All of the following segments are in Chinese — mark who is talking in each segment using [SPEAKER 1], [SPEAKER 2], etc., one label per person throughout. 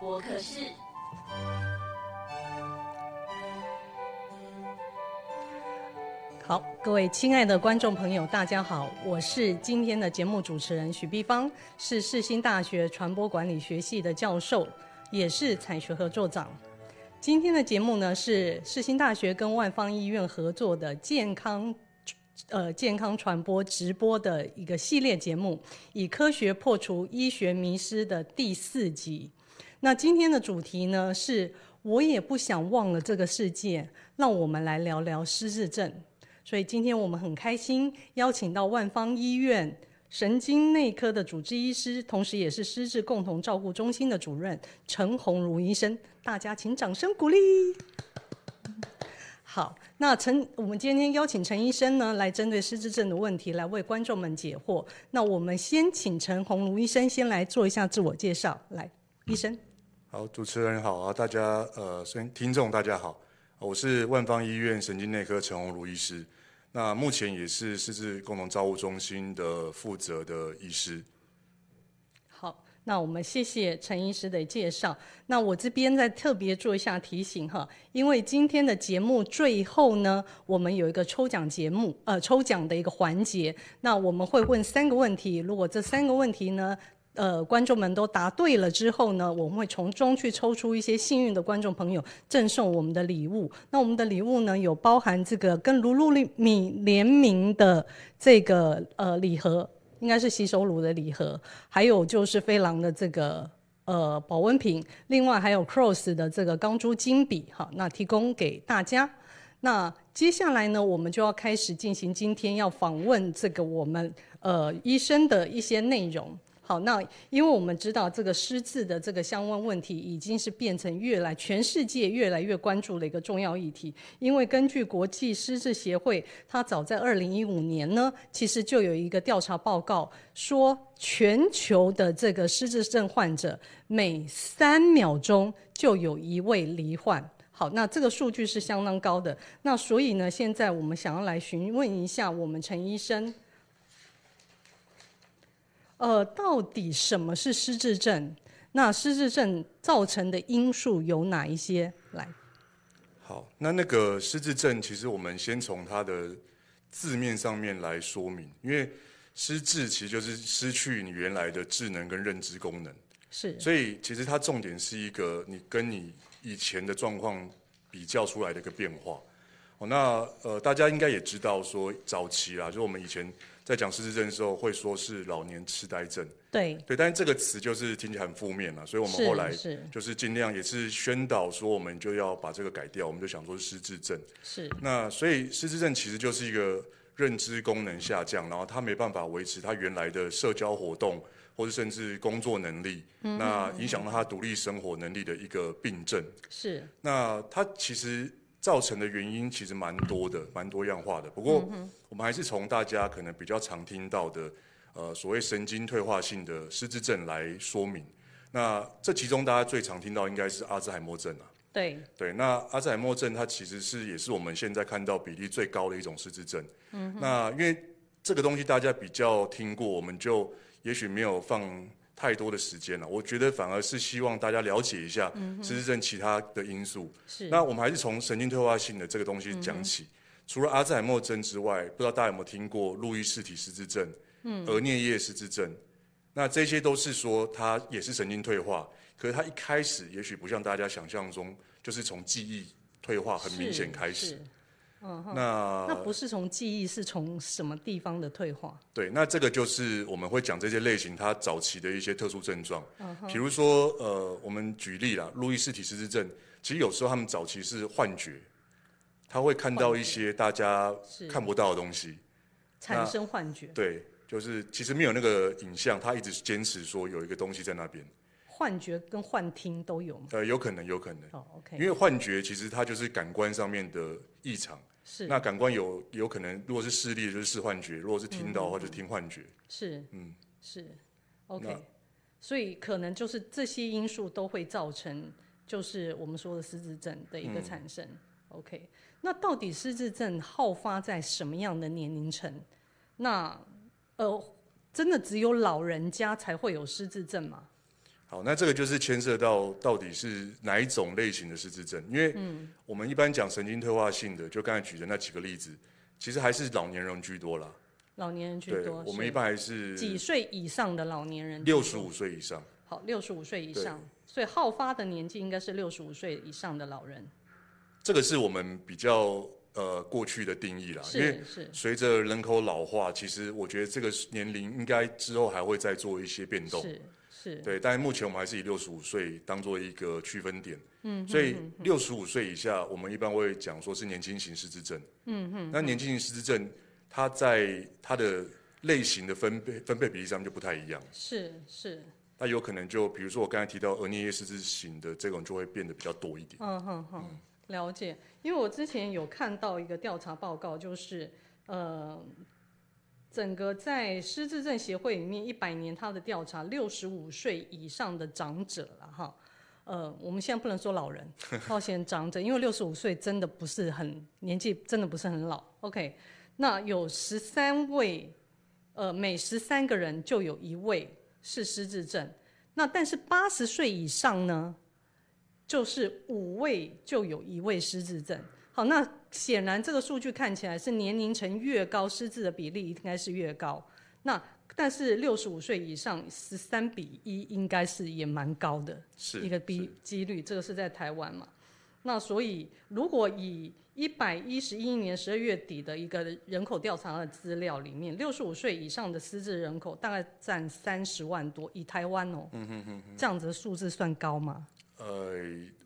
[SPEAKER 1] 博客室。
[SPEAKER 2] 好，各位亲爱的观众朋友，大家好，我是今天的节目主持人许碧芳，是世新大学传播管理学系的教授，也是产学合作长。今天的节目呢是世新大学跟万方医院合作的健康，呃健康传播直播的一个系列节目，以科学破除医学迷失的第四集。那今天的主题呢是我也不想忘了这个世界，让我们来聊聊失智症。所以今天我们很开心邀请到万方医院神经内科的主治医师，同时也是失智共同照顾中心的主任陈鸿儒医生，大家请掌声鼓励。好，那陈，我们今天邀请陈医生呢，来针对失智症的问题来为观众们解惑。那我们先请陈鸿儒医生先来做一下自我介绍，来，医生。
[SPEAKER 3] 好，主持人好啊，大家呃，先听众大家好，我是万方医院神经内科陈鸿儒医师，那目前也是失智共同照护中心的负责的医师。
[SPEAKER 2] 好，那我们谢谢陈医师的介绍。那我这边再特别做一下提醒哈，因为今天的节目最后呢，我们有一个抽奖节目，呃，抽奖的一个环节。那我们会问三个问题，如果这三个问题呢，呃，观众们都答对了之后呢，我们会从中去抽出一些幸运的观众朋友，赠送我们的礼物。那我们的礼物呢，有包含这个跟卢露米联名的这个呃礼盒，应该是洗手乳的礼盒，还有就是飞狼的这个呃保温瓶，另外还有 Cross 的这个钢珠金笔，好，那提供给大家。那接下来呢，我们就要开始进行今天要访问这个我们呃医生的一些内容。好，那因为我们知道这个失智的这个相关问题已经是变成越来全世界越来越关注的一个重要议题。因为根据国际失智协会，它早在二零一五年呢，其实就有一个调查报告说，全球的这个失智症患者每三秒钟就有一位罹患。好，那这个数据是相当高的。那所以呢，现在我们想要来询问一下我们陈医生，呃，到底什么是失智症？那失智症造成的因素有哪一些？来，
[SPEAKER 3] 好，那那个失智症，其实我们先从它的字面上面来说明，因为失智其实就是失去你原来的智能跟认知功能，
[SPEAKER 2] 是
[SPEAKER 3] 所以其实它重点是一个你跟你以前的状况比较出来的一个变化。哦，那呃，大家应该也知道说，早期啦，就是我们以前在讲失智症的时候，会说是老年痴呆症，
[SPEAKER 2] 对，
[SPEAKER 3] 对，但是这个词就是听起来很负面了，所以我们
[SPEAKER 2] 是
[SPEAKER 3] 后来
[SPEAKER 2] 是
[SPEAKER 3] 就是尽量也是宣导说，我们就要把这个改掉，我们就想说是失智症。
[SPEAKER 2] 是
[SPEAKER 3] 那所以失智症其实就是一个认知功能下降，然后他没办法维持他原来的社交活动，或是甚至工作能力，那影响到他独立生活能力的一个病症。
[SPEAKER 2] 是
[SPEAKER 3] 那它其实造成的原因其实蛮多的，蛮多样化的。不过我们还是从大家可能比较常听到的，呃，所谓神经退化性的失智症来说明。那这其中大家最常听到应该是阿兹海默症啊，
[SPEAKER 2] 对，
[SPEAKER 3] 对，那阿兹海默症它其实是也是我们现在看到比例最高的一种失智症。嗯，那因为这个东西大家比较听过，我们就也许没有放太多的时间了。我觉得反而是希望大家了解一下失智症其他的因素。
[SPEAKER 2] 是
[SPEAKER 3] 那我们还是从神经退化性的这个东西讲
[SPEAKER 2] 嗯
[SPEAKER 3] 起。除了阿兹海默症之外，不知道大家有没有听过路易氏体失智症、嗯，额颞叶失智症，那这些都是说它也是神经退化，可是它一开始也许不像大家想象中，就是从记忆退化很明显开
[SPEAKER 2] 是
[SPEAKER 3] 始。。呃
[SPEAKER 2] 那
[SPEAKER 3] 那
[SPEAKER 2] 不是从记忆，是从什么地方的退化？
[SPEAKER 3] 对，那这个就是我们会讲这些类型它早期的一些特殊症状，
[SPEAKER 2] 嗯
[SPEAKER 3] 比如说呃，我们举例啦，路易氏体失智症，其实有时候他们早期是幻觉，他会看到一些大家
[SPEAKER 2] 是
[SPEAKER 3] 看不到的东西。
[SPEAKER 2] 产生幻觉，
[SPEAKER 3] 对，就是其实没有那个影像，他一直坚持说有一个东西在那边，
[SPEAKER 2] 幻觉跟幻听都有吗？
[SPEAKER 3] 呃，有可能，有可能，
[SPEAKER 2] 哦，OK，
[SPEAKER 3] 因为幻觉其实它就是感官上面的异常。
[SPEAKER 2] 是
[SPEAKER 3] 那感官有有可能，如果是视力就是视幻觉，如果是听到的话就听幻觉。
[SPEAKER 2] 是，
[SPEAKER 3] 嗯，
[SPEAKER 2] 是，OK，
[SPEAKER 3] 那
[SPEAKER 2] 所以可能就是这些因素都会造成，就是我们说的失智症的
[SPEAKER 3] 嗯
[SPEAKER 2] 一个产生。OK，那到底失智症好发在什么样的年龄层？那呃，真的只有老人家才会有失智症吗？
[SPEAKER 3] 好，那这个就是牵涉到到底是哪一种类型的失智症，因为
[SPEAKER 2] 嗯
[SPEAKER 3] 我们一般讲神经退化性的，就刚才举的那几个例子，其实还是老年人居多啦。
[SPEAKER 2] 老年人居
[SPEAKER 3] 对，
[SPEAKER 2] 多。
[SPEAKER 3] 我
[SPEAKER 2] 是
[SPEAKER 3] 们一般还是
[SPEAKER 2] 几岁以上的老年人居多
[SPEAKER 3] 六十五岁以上。
[SPEAKER 2] 好，六十五岁以
[SPEAKER 3] 对
[SPEAKER 2] 上，所以好发的年纪应该是六十五岁以上的老人。
[SPEAKER 3] 这个是我们比较呃过去的定义啦，因为
[SPEAKER 2] 是是，
[SPEAKER 3] 随着人口老化，其实我觉得这个年龄应该之后还会再做一些变动。
[SPEAKER 2] 是是，
[SPEAKER 3] 对，但是目前我们还是以六十五岁当做一个区分点。嗯，所以六十五岁以下，我们一般会讲说是年轻型失智症。嗯哼，那年轻型失智症，它在它的类型的分配分配比例上面就不太一样。
[SPEAKER 2] 是是，
[SPEAKER 3] 那有可能就比如说我刚才提到额颞叶失智型的这种，就会变得比较多一点。
[SPEAKER 2] 嗯哼哼，了解。因为我之前有看到一个调查报告，就是呃，整个在失智症协会里面一百年他的调查，六十五岁以上的长者了哈。呃，我们现在不能说老人，抱歉，长者，因为六十五岁真的不是很年纪，真的不是很老。OK，那有十三位，呃，每十三个人就有一位是失智症。那但是八十岁以上呢，就是五位就有一位失智症。好，那显然这个数据看起来是年龄层越高，失智的比例应该是越高。那但是六十五岁以上，十三比一应该是也蛮高的
[SPEAKER 3] 是
[SPEAKER 2] 一个
[SPEAKER 3] 是
[SPEAKER 2] 比几率，这个是在台湾嘛？那所以如果以一百一十一年十二月底的一个人口调查的资料里面，六十五岁以上的失智人口大概占三十万多，以台湾哦，
[SPEAKER 3] 嗯
[SPEAKER 2] 这样子的数字算高吗？
[SPEAKER 3] 呃，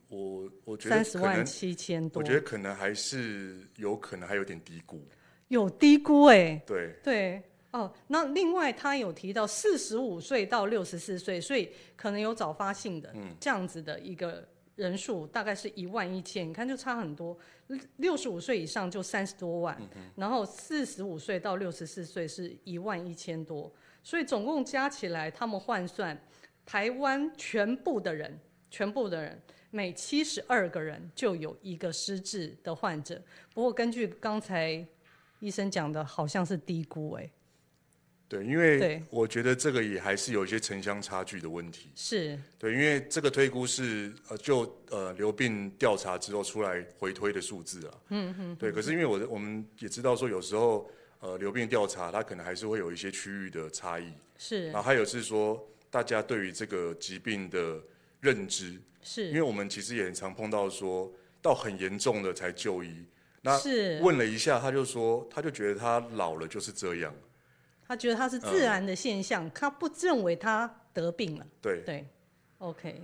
[SPEAKER 3] 我我觉得
[SPEAKER 2] 三十
[SPEAKER 3] 可
[SPEAKER 2] 万
[SPEAKER 3] 能，
[SPEAKER 2] 七千多，
[SPEAKER 3] 我觉得可能还是有可能还有点低估。
[SPEAKER 2] 有低估哎、
[SPEAKER 3] 对，
[SPEAKER 2] 对哦。那另外他有提到四十五岁到六十四岁，所以可能有早发性的、这样子的一个人数，大概是一万一千，你看就差很多。六十五岁以上就三十多万，然后四十五岁到六十四岁是一万一千多，所以总共加起来，他们换算台湾全部的人，全部的人。每七十二个人就有一个失智的患者，不过根据刚才医生讲的好像是低估、哎，
[SPEAKER 3] 对，因为
[SPEAKER 2] 对
[SPEAKER 3] 我觉得这个也还是有一些城乡差距的问题。
[SPEAKER 2] 是
[SPEAKER 3] 对，因为这个推估是呃，就呃流病调查之后出来回推的数字啊。嗯嗯。对，可是因为我的我们也知道说，有时候呃流病调查它可能还是会有一些区域的差异，
[SPEAKER 2] 是
[SPEAKER 3] 然后还有是说大家对于这个疾病的认知，因
[SPEAKER 2] 是
[SPEAKER 3] 为我们其实也很常碰到说到很严重的才就医，那
[SPEAKER 2] 是，
[SPEAKER 3] 问了一下他就说他就觉得他老了就是这样，
[SPEAKER 2] 他觉得他是自然的现象，他不认为他得病了。
[SPEAKER 3] 对
[SPEAKER 2] 对，OK，、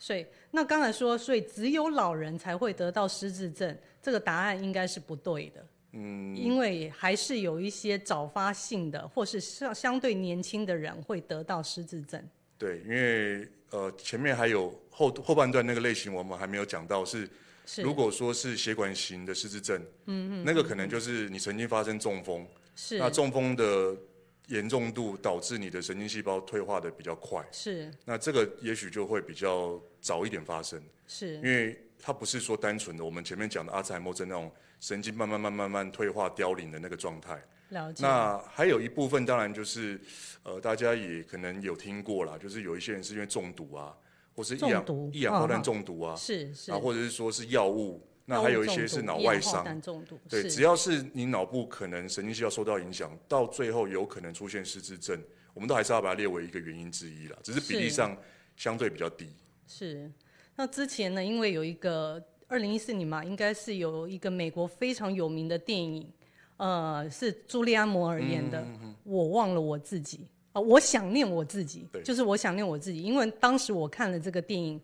[SPEAKER 2] 所以那刚才说，所以只有老人才会得到失智症，这个答案应该是不对的。嗯，因为还是有一些早发性的，或是相相对年轻的人会得到失智症。
[SPEAKER 3] 对，因为呃前面还有后后半段那个类型我们还没有讲到是。
[SPEAKER 2] 是
[SPEAKER 3] 如果说是血管型的失智症，嗯嗯，那个可能就是你曾经发生中风，
[SPEAKER 2] 是
[SPEAKER 3] 那中风的严重度导致你的神经细胞退化的比较快，
[SPEAKER 2] 是
[SPEAKER 3] 那这个也许就会比较早一点发生，因
[SPEAKER 2] 是
[SPEAKER 3] 为它不是说单纯的我们前面讲的阿兹海默症那种神经慢慢慢慢慢慢退化凋零的那个状态。
[SPEAKER 2] 了解。
[SPEAKER 3] 那还有一部分当然就是，呃，大家也可能有听过啦，就是有一些人是因为中毒啊，或是一
[SPEAKER 2] 中
[SPEAKER 3] 氧
[SPEAKER 2] 毒
[SPEAKER 3] 一氧化
[SPEAKER 2] 嗯
[SPEAKER 3] 碳
[SPEAKER 2] 嗯
[SPEAKER 3] 中毒啊，
[SPEAKER 2] 是是
[SPEAKER 3] 啊，，或者是说是药物，那
[SPEAKER 2] 药
[SPEAKER 3] 还
[SPEAKER 2] 物
[SPEAKER 3] 有一
[SPEAKER 2] 中
[SPEAKER 3] 些
[SPEAKER 2] 毒
[SPEAKER 3] 是脑
[SPEAKER 2] 一氧
[SPEAKER 3] 外
[SPEAKER 2] 化
[SPEAKER 3] 伤，
[SPEAKER 2] 氮中毒，
[SPEAKER 3] 对，
[SPEAKER 2] 是
[SPEAKER 3] 只要是你脑部可能神经细胞受到影响，到最后有可能出现失智症，我们都还是要把它列为一个原因之一啦，只是比例
[SPEAKER 2] 是
[SPEAKER 3] 上相对比较低。
[SPEAKER 2] 是，那之前呢，因为有一个二零一四年嘛，应该是有一个美国非常有名的电影，呃，是朱利安·摩尔演的，我忘了我自己》啊、我想念我自己
[SPEAKER 3] 对，
[SPEAKER 2] 就是我想念我自己，因为当时我看了这个电影，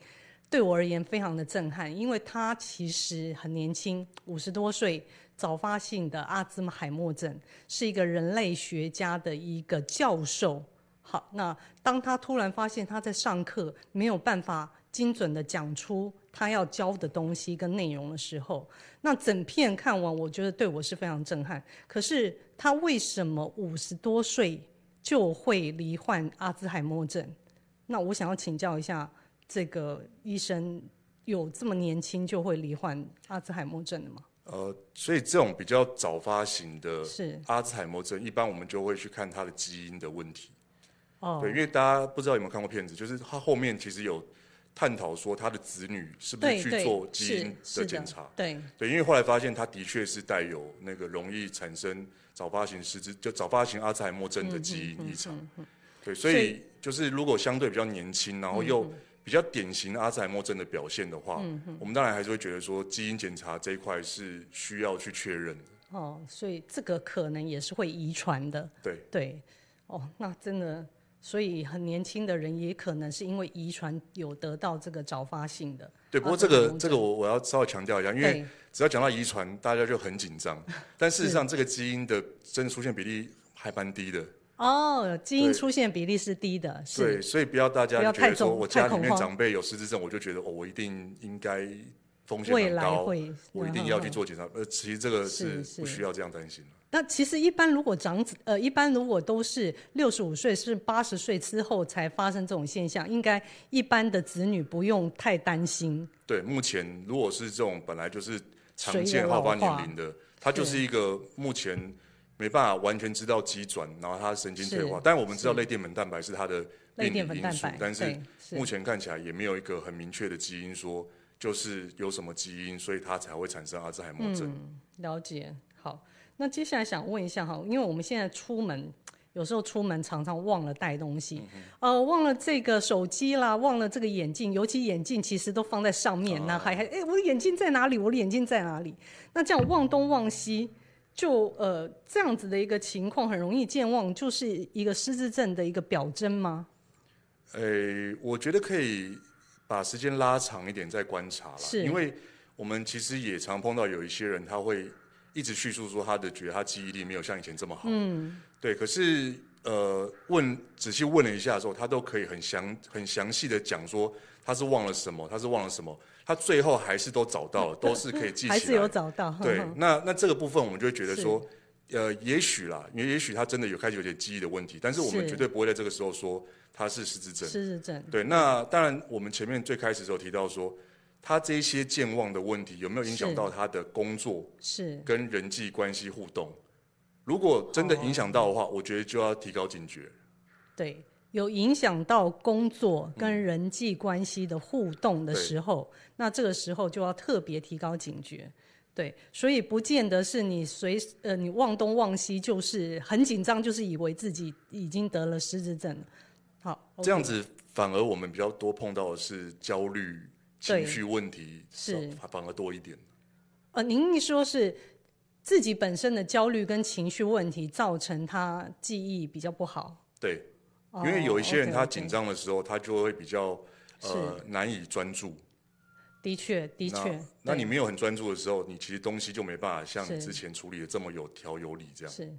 [SPEAKER 2] 对我而言非常的震撼，因为他其实很年轻，五十多岁，早发性的阿兹海默症，是一个人类学家的一个教授。好，那当他突然发现他在上课没有办法精准的讲出他要教的东西跟内容的时候，那整片看完，我觉得对我是非常震撼。可是他为什么五十多岁就会罹患阿兹海默症？那我想要请教一下这个医生，有这么年轻就会罹患阿兹海默症的吗？
[SPEAKER 3] 呃，所以这种比较早发型的
[SPEAKER 2] 是
[SPEAKER 3] 阿兹海默症，一般我们就会去看它的基因的问题。
[SPEAKER 2] 哦
[SPEAKER 3] 对，因为大家不知道有没有看过片子，就是他后面其实有探讨说他的子女是不
[SPEAKER 2] 对
[SPEAKER 3] 是去做
[SPEAKER 2] 对，
[SPEAKER 3] 基因
[SPEAKER 2] 是是
[SPEAKER 3] 检查。
[SPEAKER 2] 对，
[SPEAKER 3] 对，因为后来发现他的确是带有那个容易产生早发型失智，就早发型阿兹海默症的基
[SPEAKER 2] 嗯
[SPEAKER 3] 因异常。对，所
[SPEAKER 2] 所
[SPEAKER 3] 以
[SPEAKER 2] 以嗯
[SPEAKER 3] 就是如果相对比较年轻，然后又比较典型的阿兹海默症的表现的话，我们当然还是会觉得说基因检查这一块是需要去确认的。
[SPEAKER 2] 哦，所以这个可能也是会遗传的。
[SPEAKER 3] 对，
[SPEAKER 2] 对，哦，那真的，所以很年轻的人也可能是因为遗传有得到这个早发性的。
[SPEAKER 3] 对，不过
[SPEAKER 2] 阿
[SPEAKER 3] 这
[SPEAKER 2] 兹海
[SPEAKER 3] 个
[SPEAKER 2] 默
[SPEAKER 3] 这个我我要稍微强调一下，因为
[SPEAKER 2] 对
[SPEAKER 3] 只要讲到遗传，大家就很紧 张，但事实上这个基因的真的出现比例还蛮低的。
[SPEAKER 2] 哦，基因
[SPEAKER 3] 对
[SPEAKER 2] 出现比例是低的，是
[SPEAKER 3] 对，所以不要大
[SPEAKER 2] 不
[SPEAKER 3] 家
[SPEAKER 2] 要
[SPEAKER 3] 觉
[SPEAKER 2] 太
[SPEAKER 3] 得说
[SPEAKER 2] 重
[SPEAKER 3] 我
[SPEAKER 2] 太
[SPEAKER 3] 家里
[SPEAKER 2] 恐
[SPEAKER 3] 面
[SPEAKER 2] 慌
[SPEAKER 3] 长辈有失智症，我就觉得哦，我一定应该风险
[SPEAKER 2] 未
[SPEAKER 3] 很
[SPEAKER 2] 来
[SPEAKER 3] 高，
[SPEAKER 2] 会嗯
[SPEAKER 3] 我一定要去做检查。呃，其实这个是
[SPEAKER 2] 是
[SPEAKER 3] 不
[SPEAKER 2] 是
[SPEAKER 3] 需要这样担心的。
[SPEAKER 2] 那其实一般如果长子呃，一般如果都是六十五岁是八十岁之后才发生这种现象，应该一般的子女不用太担心。
[SPEAKER 3] 对，目前如果是这种本来就是常
[SPEAKER 2] 随
[SPEAKER 3] 见
[SPEAKER 2] 着
[SPEAKER 3] 好发
[SPEAKER 2] 老化
[SPEAKER 3] 年龄的，它就是一个目前没办法完全知道机转，然后它神经退化
[SPEAKER 2] 是。
[SPEAKER 3] 但我们知道类淀粉蛋白是它的
[SPEAKER 2] 类
[SPEAKER 3] 病
[SPEAKER 2] 淀
[SPEAKER 3] 理
[SPEAKER 2] 粉
[SPEAKER 3] 因
[SPEAKER 2] 蛋
[SPEAKER 3] 素
[SPEAKER 2] 白，，
[SPEAKER 3] 但是
[SPEAKER 2] 对，
[SPEAKER 3] 目前看起来也没有一个很明确的基因说就是有什么基因，所以它才会产生阿兹海默
[SPEAKER 2] 嗯
[SPEAKER 3] 症。
[SPEAKER 2] 了解。好，那接下来想问一下哈，因为我们现在出门。有时候出门常常忘了带东
[SPEAKER 3] 嗯
[SPEAKER 2] 西，呃，忘了这个手机啦，忘了这个眼镜，尤其眼镜其实都放在上面，
[SPEAKER 3] 哦
[SPEAKER 2] 那、还还哎、我的眼镜在哪里？我的眼镜在哪里？那这样忘东忘西，就呃这样子的一个情况，很容易健忘，就是一个失智症的一个表征吗？
[SPEAKER 3] 诶，我觉得可以把时间拉长一点再观察啦，
[SPEAKER 2] 是
[SPEAKER 3] 因为我们其实也常碰到有一些人，他会一直叙述说他的觉得他记忆力没有像以前这么好，嗯，对，可是呃问仔细问了一下之后，他都可以很详很详细的讲说他是忘了什么，他是忘了什么，他最后还是都找到了，都是可以记起来，
[SPEAKER 2] 还是有找嗯到？
[SPEAKER 3] 对
[SPEAKER 2] 呵呵，
[SPEAKER 3] 那那这个部分我们就会觉得说，呃，也许啦，因为也许他真的有开始有点记忆的问题，但是我们
[SPEAKER 2] 是
[SPEAKER 3] 绝对不会在这个时候说他是失智症。
[SPEAKER 2] 失智症
[SPEAKER 3] 对，那当然，我们前面最开始的时候提到说，他这些健忘的问题有没有影响
[SPEAKER 2] 是
[SPEAKER 3] 到他的工作
[SPEAKER 2] 是
[SPEAKER 3] 跟人际关系互动？如果真的影响到
[SPEAKER 2] 哦
[SPEAKER 3] 的话，我觉得就要提高警觉。
[SPEAKER 2] 对，有影响到工作跟人际关系的互动的时候，那这个时候就要特别提高警觉。对，所以不见得是你随呃你忘东忘西，就是很紧张，就是以为自己已经得了失智症了。好，
[SPEAKER 3] 这样子反而我们比较多碰到的是焦虑、情
[SPEAKER 2] 对
[SPEAKER 3] 绪问题，
[SPEAKER 2] 是
[SPEAKER 3] 反反而多一点。
[SPEAKER 2] 呃，您一说是自己本身的焦虑跟情绪问题造成他记忆比较不好，
[SPEAKER 3] 对，
[SPEAKER 2] 哦
[SPEAKER 3] 因为有一些人他
[SPEAKER 2] OK，OK
[SPEAKER 3] 紧张的时候，他就会比较呃
[SPEAKER 2] 是
[SPEAKER 3] 难以专注。
[SPEAKER 2] 的确的确，
[SPEAKER 3] 那
[SPEAKER 2] 对
[SPEAKER 3] 你没有很专注的时候，你其实东西就没办法像你
[SPEAKER 2] 是
[SPEAKER 3] 之前处理的这么有条有理这样。
[SPEAKER 2] 是，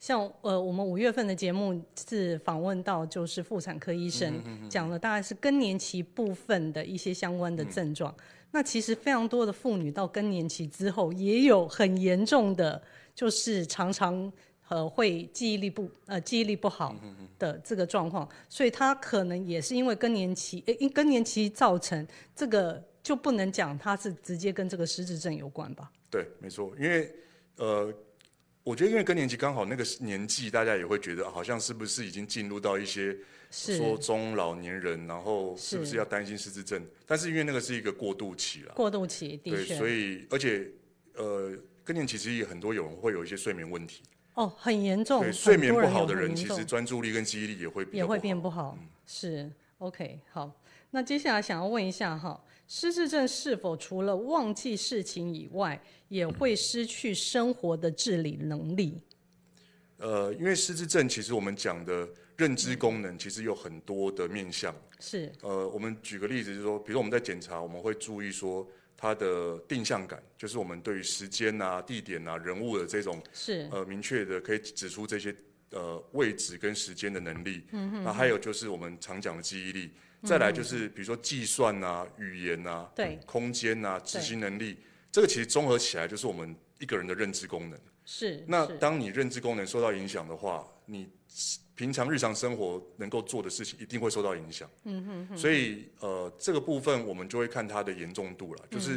[SPEAKER 2] 像呃，我们五月份的节目是访问到就是妇产科医
[SPEAKER 3] 嗯
[SPEAKER 2] 生，讲了大概是更年期部分的一些相关的
[SPEAKER 3] 嗯
[SPEAKER 2] 症状。那其实非常多的妇女到更年期之后，也有很严重的，就是常常。呃，会记忆力不呃记忆力不
[SPEAKER 3] 嗯
[SPEAKER 2] 好的这个状况，所以她可能也是因为更年期，诶、因更年期造成这个就不能讲它是直接跟这个失智症有关吧？
[SPEAKER 3] 对，没错，因为呃，我觉得因为更年期刚好那个年纪，大家也会觉得好像是不是已经进入到一些
[SPEAKER 2] 是
[SPEAKER 3] 说中老年人，然后是不是
[SPEAKER 2] 是
[SPEAKER 3] 要担心失智症？但是因为那个是一个过渡期啦，
[SPEAKER 2] 过渡期，的
[SPEAKER 3] 对，
[SPEAKER 2] 确，
[SPEAKER 3] 所以而且呃，更年期其实也很多有人会有一些睡眠问题。
[SPEAKER 2] 哦，很严重。
[SPEAKER 3] 对，
[SPEAKER 2] 很
[SPEAKER 3] 睡眠
[SPEAKER 2] 多
[SPEAKER 3] 不
[SPEAKER 2] 人
[SPEAKER 3] 好
[SPEAKER 2] 有
[SPEAKER 3] 的
[SPEAKER 2] 很
[SPEAKER 3] 人，
[SPEAKER 2] 严
[SPEAKER 3] 其
[SPEAKER 2] 重
[SPEAKER 3] 实专注力跟记忆力也会比
[SPEAKER 2] 也
[SPEAKER 3] 较
[SPEAKER 2] 会
[SPEAKER 3] 不
[SPEAKER 2] 变
[SPEAKER 3] 好嗯
[SPEAKER 2] 不好。是，OK，好。那接下来想要问一下哈，失智症是否除了忘记事情以外，也会失去生活的自理能力？
[SPEAKER 3] 呃，因为失智症其实我们讲的认知功能其实有很多的面向。
[SPEAKER 2] 是
[SPEAKER 3] 呃，我们举个例子，就是说，比如我们在检查，我们会注意说它的定向感，就是我们对于时间啊、地点啊、人物的这种
[SPEAKER 2] 是
[SPEAKER 3] 呃明确的可以指出这些呃位置跟时间的能力。嗯哼那嗯还有就是我们常讲的记忆力，再来就是比如说计算啊、语言啊、
[SPEAKER 2] 对
[SPEAKER 3] 空间啊、执行能力，这个其实综合起来就是我们一个人的认知功能。
[SPEAKER 2] 是。
[SPEAKER 3] 那
[SPEAKER 2] 是
[SPEAKER 3] 当你认知功能受到影响的话，你平常日常生活能够做的事情一定会受到影响。嗯哼所以呃，这个部分我们就会看它的严重度了，就是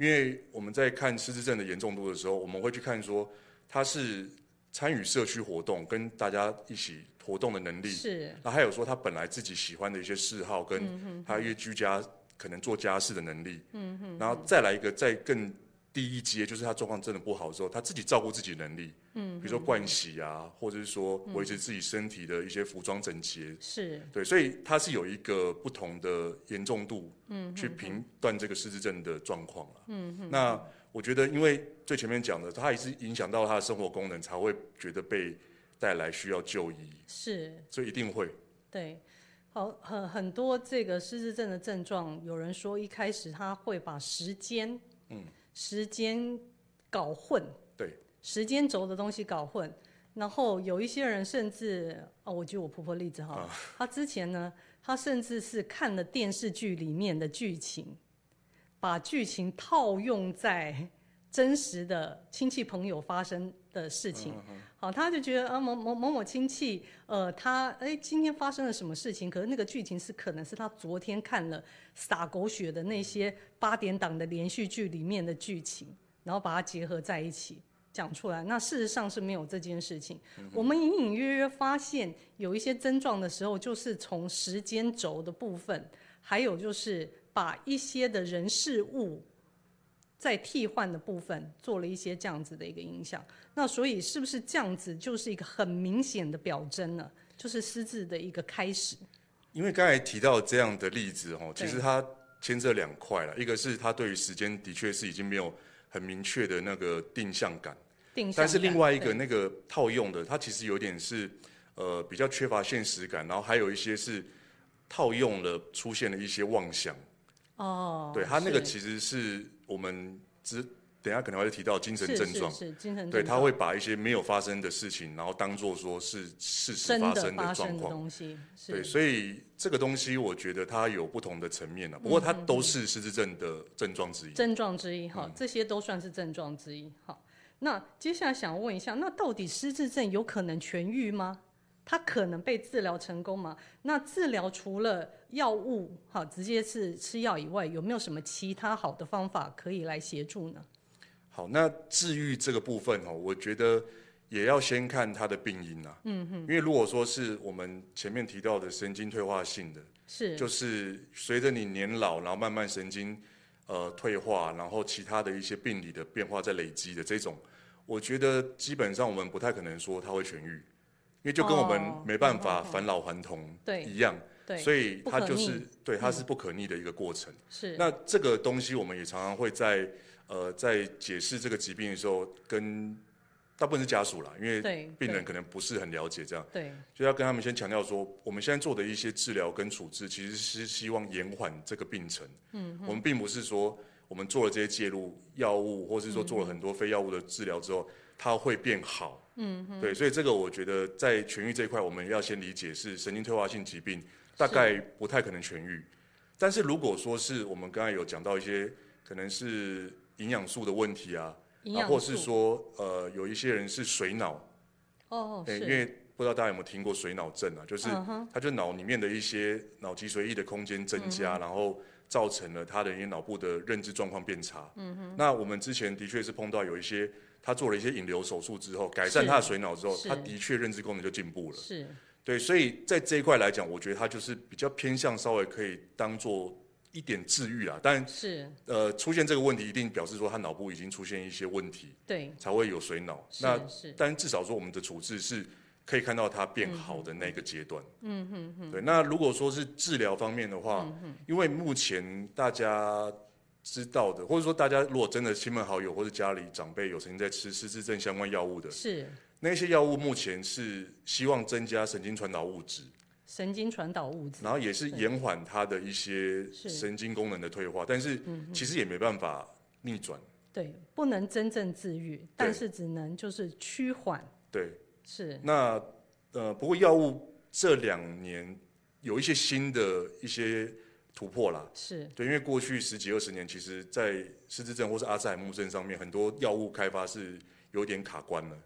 [SPEAKER 3] 因为我们在看失智症的严重度的时候，我们会去看说它是参与社区活动、跟大家一起活动的能力。
[SPEAKER 2] 是
[SPEAKER 3] 那还有说他本来自己喜欢的一些嗜好，跟他一些居家可能做家事的能力，嗯哼，然后再来一个再更低一阶，就是他状况真的不好之后，他自己照顾自己的能力，嗯，比如说盥洗啊，或者是说维持自己身体的一些服装整洁，
[SPEAKER 2] 是
[SPEAKER 3] 对，所以它是有一个不同的严重度，嗯，去评断这个失智症的状况了，嗯，那我觉得，因为最前面讲的，它也是影响到他的生活功能，才会觉得被带来需要就医，
[SPEAKER 2] 是，
[SPEAKER 3] 所以一定会，
[SPEAKER 2] 对，好，很很多这个失智症的症状，有人说一开始他会把时间，嗯，时间搞混，
[SPEAKER 3] 对，
[SPEAKER 2] 时间轴的东西搞混。然后有一些人甚至，哦，我举我婆婆例子哈，她之前呢，她甚至是看了电视剧里面的剧情，把剧情套用在真实的亲戚朋友发生的事情。好，他就觉得啊，某某某某亲戚，呃，他哎，今天发生了什么事情？可是那个剧情是可能是他昨天看了撒狗血的那些八点档的连续剧里面的剧情，然后把它结合在一起讲出来。那事实上是没有这件事情。
[SPEAKER 3] 嗯
[SPEAKER 2] 我们隐隐约约发现有一些症状的时候，就是从时间轴的部分，还有就是把一些的人事物在替换的部分做了一些这样子的一个影响。那所以是不是这样子就是一个很明显的表征呢？就是失智的一个开始。
[SPEAKER 3] 因为刚才提到这样的例子哦，
[SPEAKER 2] 对
[SPEAKER 3] 其实它牵涉两块了，一个是他对于时间的确是已经没有很明确的那个定向感，
[SPEAKER 2] 定向
[SPEAKER 3] 但是
[SPEAKER 2] 感
[SPEAKER 3] 另外一个
[SPEAKER 2] 对
[SPEAKER 3] 那个套用的，它其实有点是呃比较缺乏现实感，然后还有一些是套用了出现了一些妄想，
[SPEAKER 2] 哦，
[SPEAKER 3] 对它那个
[SPEAKER 2] 是
[SPEAKER 3] 其实是我们之等一下可能会提到精神
[SPEAKER 2] 是
[SPEAKER 3] 症状，
[SPEAKER 2] 是是精神症状，
[SPEAKER 3] 对，他会把一些没有发生的事情，然后当做说是事实
[SPEAKER 2] 真
[SPEAKER 3] 发
[SPEAKER 2] 的
[SPEAKER 3] 生的
[SPEAKER 2] 发
[SPEAKER 3] 状
[SPEAKER 2] 生的
[SPEAKER 3] 况。
[SPEAKER 2] 东西，是
[SPEAKER 3] 对，所以这个东西我觉得它有不同的层面啊了、不过它
[SPEAKER 2] 嗯
[SPEAKER 3] 都是失智症的症状之一。
[SPEAKER 2] 症状之一
[SPEAKER 3] 嗯
[SPEAKER 2] 哈，这些都算是症状之一哈。那接下来想问一下，那到底失智症有可能痊愈吗？它可能被治疗成功吗？那治疗除了药物哈，直接是吃药以外，有没有什么其他好的方法可以来协助呢？
[SPEAKER 3] 好，那治愈这个部分哦，我觉得也要先看它的病因啊。嗯哼，因为如果说是我们前面提到的神经退化性的，
[SPEAKER 2] 是
[SPEAKER 3] 就是随着你年老，然后慢慢神经呃退化，然后其他的一些病理的变化在累积的这种，我觉得基本上我们不太可能说它会痊愈，因为就跟我们
[SPEAKER 2] 哦
[SPEAKER 3] 没办
[SPEAKER 2] 哦
[SPEAKER 3] 法
[SPEAKER 2] 哦
[SPEAKER 3] 返老还童
[SPEAKER 2] 对
[SPEAKER 3] 一样，
[SPEAKER 2] 对，
[SPEAKER 3] 所以它
[SPEAKER 2] 不可
[SPEAKER 3] 就
[SPEAKER 2] 逆嗯
[SPEAKER 3] 是对它是不可逆的一个过程。
[SPEAKER 2] 是
[SPEAKER 3] 那这个东西，我们也常常会在呃在解释这个疾病的时候，跟大部分是家属啦，因为
[SPEAKER 2] 对
[SPEAKER 3] 病
[SPEAKER 2] 对
[SPEAKER 3] 人可能啊不是很了解这样，
[SPEAKER 2] 对
[SPEAKER 3] 就要跟他们先强调说，我们现在做的一些治疗跟处置，其实是希望延缓这个病程。嗯，我们并不是说我们做了这些介入药物，或是说做了很多非药物的治疗之后，它会变好。嗯，对，所以这个我觉得在痊愈这一块，我们要先理解是神经退化性疾病，大概不太可能痊愈。但是如果说是我们刚才有讲到一些可能是营养素的问题啊，
[SPEAKER 2] 营
[SPEAKER 3] 啊
[SPEAKER 2] 养
[SPEAKER 3] 或是
[SPEAKER 2] 素
[SPEAKER 3] 说呃有一些人是水脑，
[SPEAKER 2] 哦
[SPEAKER 3] 对，
[SPEAKER 2] 是
[SPEAKER 3] 因为不知道大家有没有听过水脑症啊，就是
[SPEAKER 2] 嗯哼
[SPEAKER 3] 它就脑里面的一些脑脊髓液的空间增
[SPEAKER 2] 嗯
[SPEAKER 3] 加，然后造成了他的一些脑部的认知状况变差。嗯哼，那我们之前的确是碰到有一些他做了一些引流手术之后，改善
[SPEAKER 2] 是
[SPEAKER 3] 他的水脑之后，
[SPEAKER 2] 是
[SPEAKER 3] 他的确认知功能就进步了。
[SPEAKER 2] 是
[SPEAKER 3] 对，所以在这一块来讲，我觉得它就是比较偏向稍微可以当做一点治愈啦。但
[SPEAKER 2] 是，
[SPEAKER 3] 呃，出现这个问题一定表示说他脑部已经出现一些问题，
[SPEAKER 2] 对
[SPEAKER 3] 才会有水脑。
[SPEAKER 2] 是
[SPEAKER 3] 那
[SPEAKER 2] 是
[SPEAKER 3] 但至少说我们的处置是可以看到它变好的那个阶段。嗯哼嗯哼。对，那如果说是治疗方面的话，因为目前大家知道的，或者说大家如果真的亲朋好友或者家里长辈有曾经在吃失智症相关药物的，
[SPEAKER 2] 是
[SPEAKER 3] 那些药物目前是希望增加神经传导物质，
[SPEAKER 2] 神经传导物质
[SPEAKER 3] 然后也是延缓它的一些
[SPEAKER 2] 是
[SPEAKER 3] 神经功能的退化，但是其实也没办法逆转。
[SPEAKER 2] 对，不能真正治愈，但是只能就是趋缓，
[SPEAKER 3] 对，
[SPEAKER 2] 是
[SPEAKER 3] 那呃，不过药物这两年有一些新的一些突破啦。
[SPEAKER 2] 是
[SPEAKER 3] 对，因为过去十几二十年，其实在失智症或是阿兹海默症上面，很多药物开发是有点卡关了。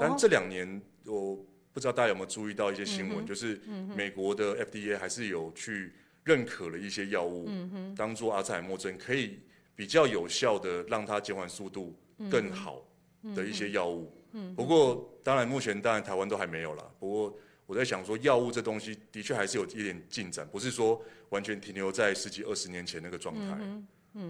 [SPEAKER 3] 但
[SPEAKER 2] 哦，
[SPEAKER 3] 这两年，我不知道大家有没有注意到一些
[SPEAKER 2] 嗯
[SPEAKER 3] 新闻，就是美国的 FDA 还是有去认可了一些药物，
[SPEAKER 2] 嗯
[SPEAKER 3] 当做阿兹海默症可
[SPEAKER 2] 嗯
[SPEAKER 3] 以比较有效的让它减缓速度更好的一些药物。嗯，不过当然目前当然台湾都还没有啦。不过我在想说，药物这东西的确还是有一点进展，不是说完全停留在十几二十年前那个状
[SPEAKER 2] 嗯
[SPEAKER 3] 态。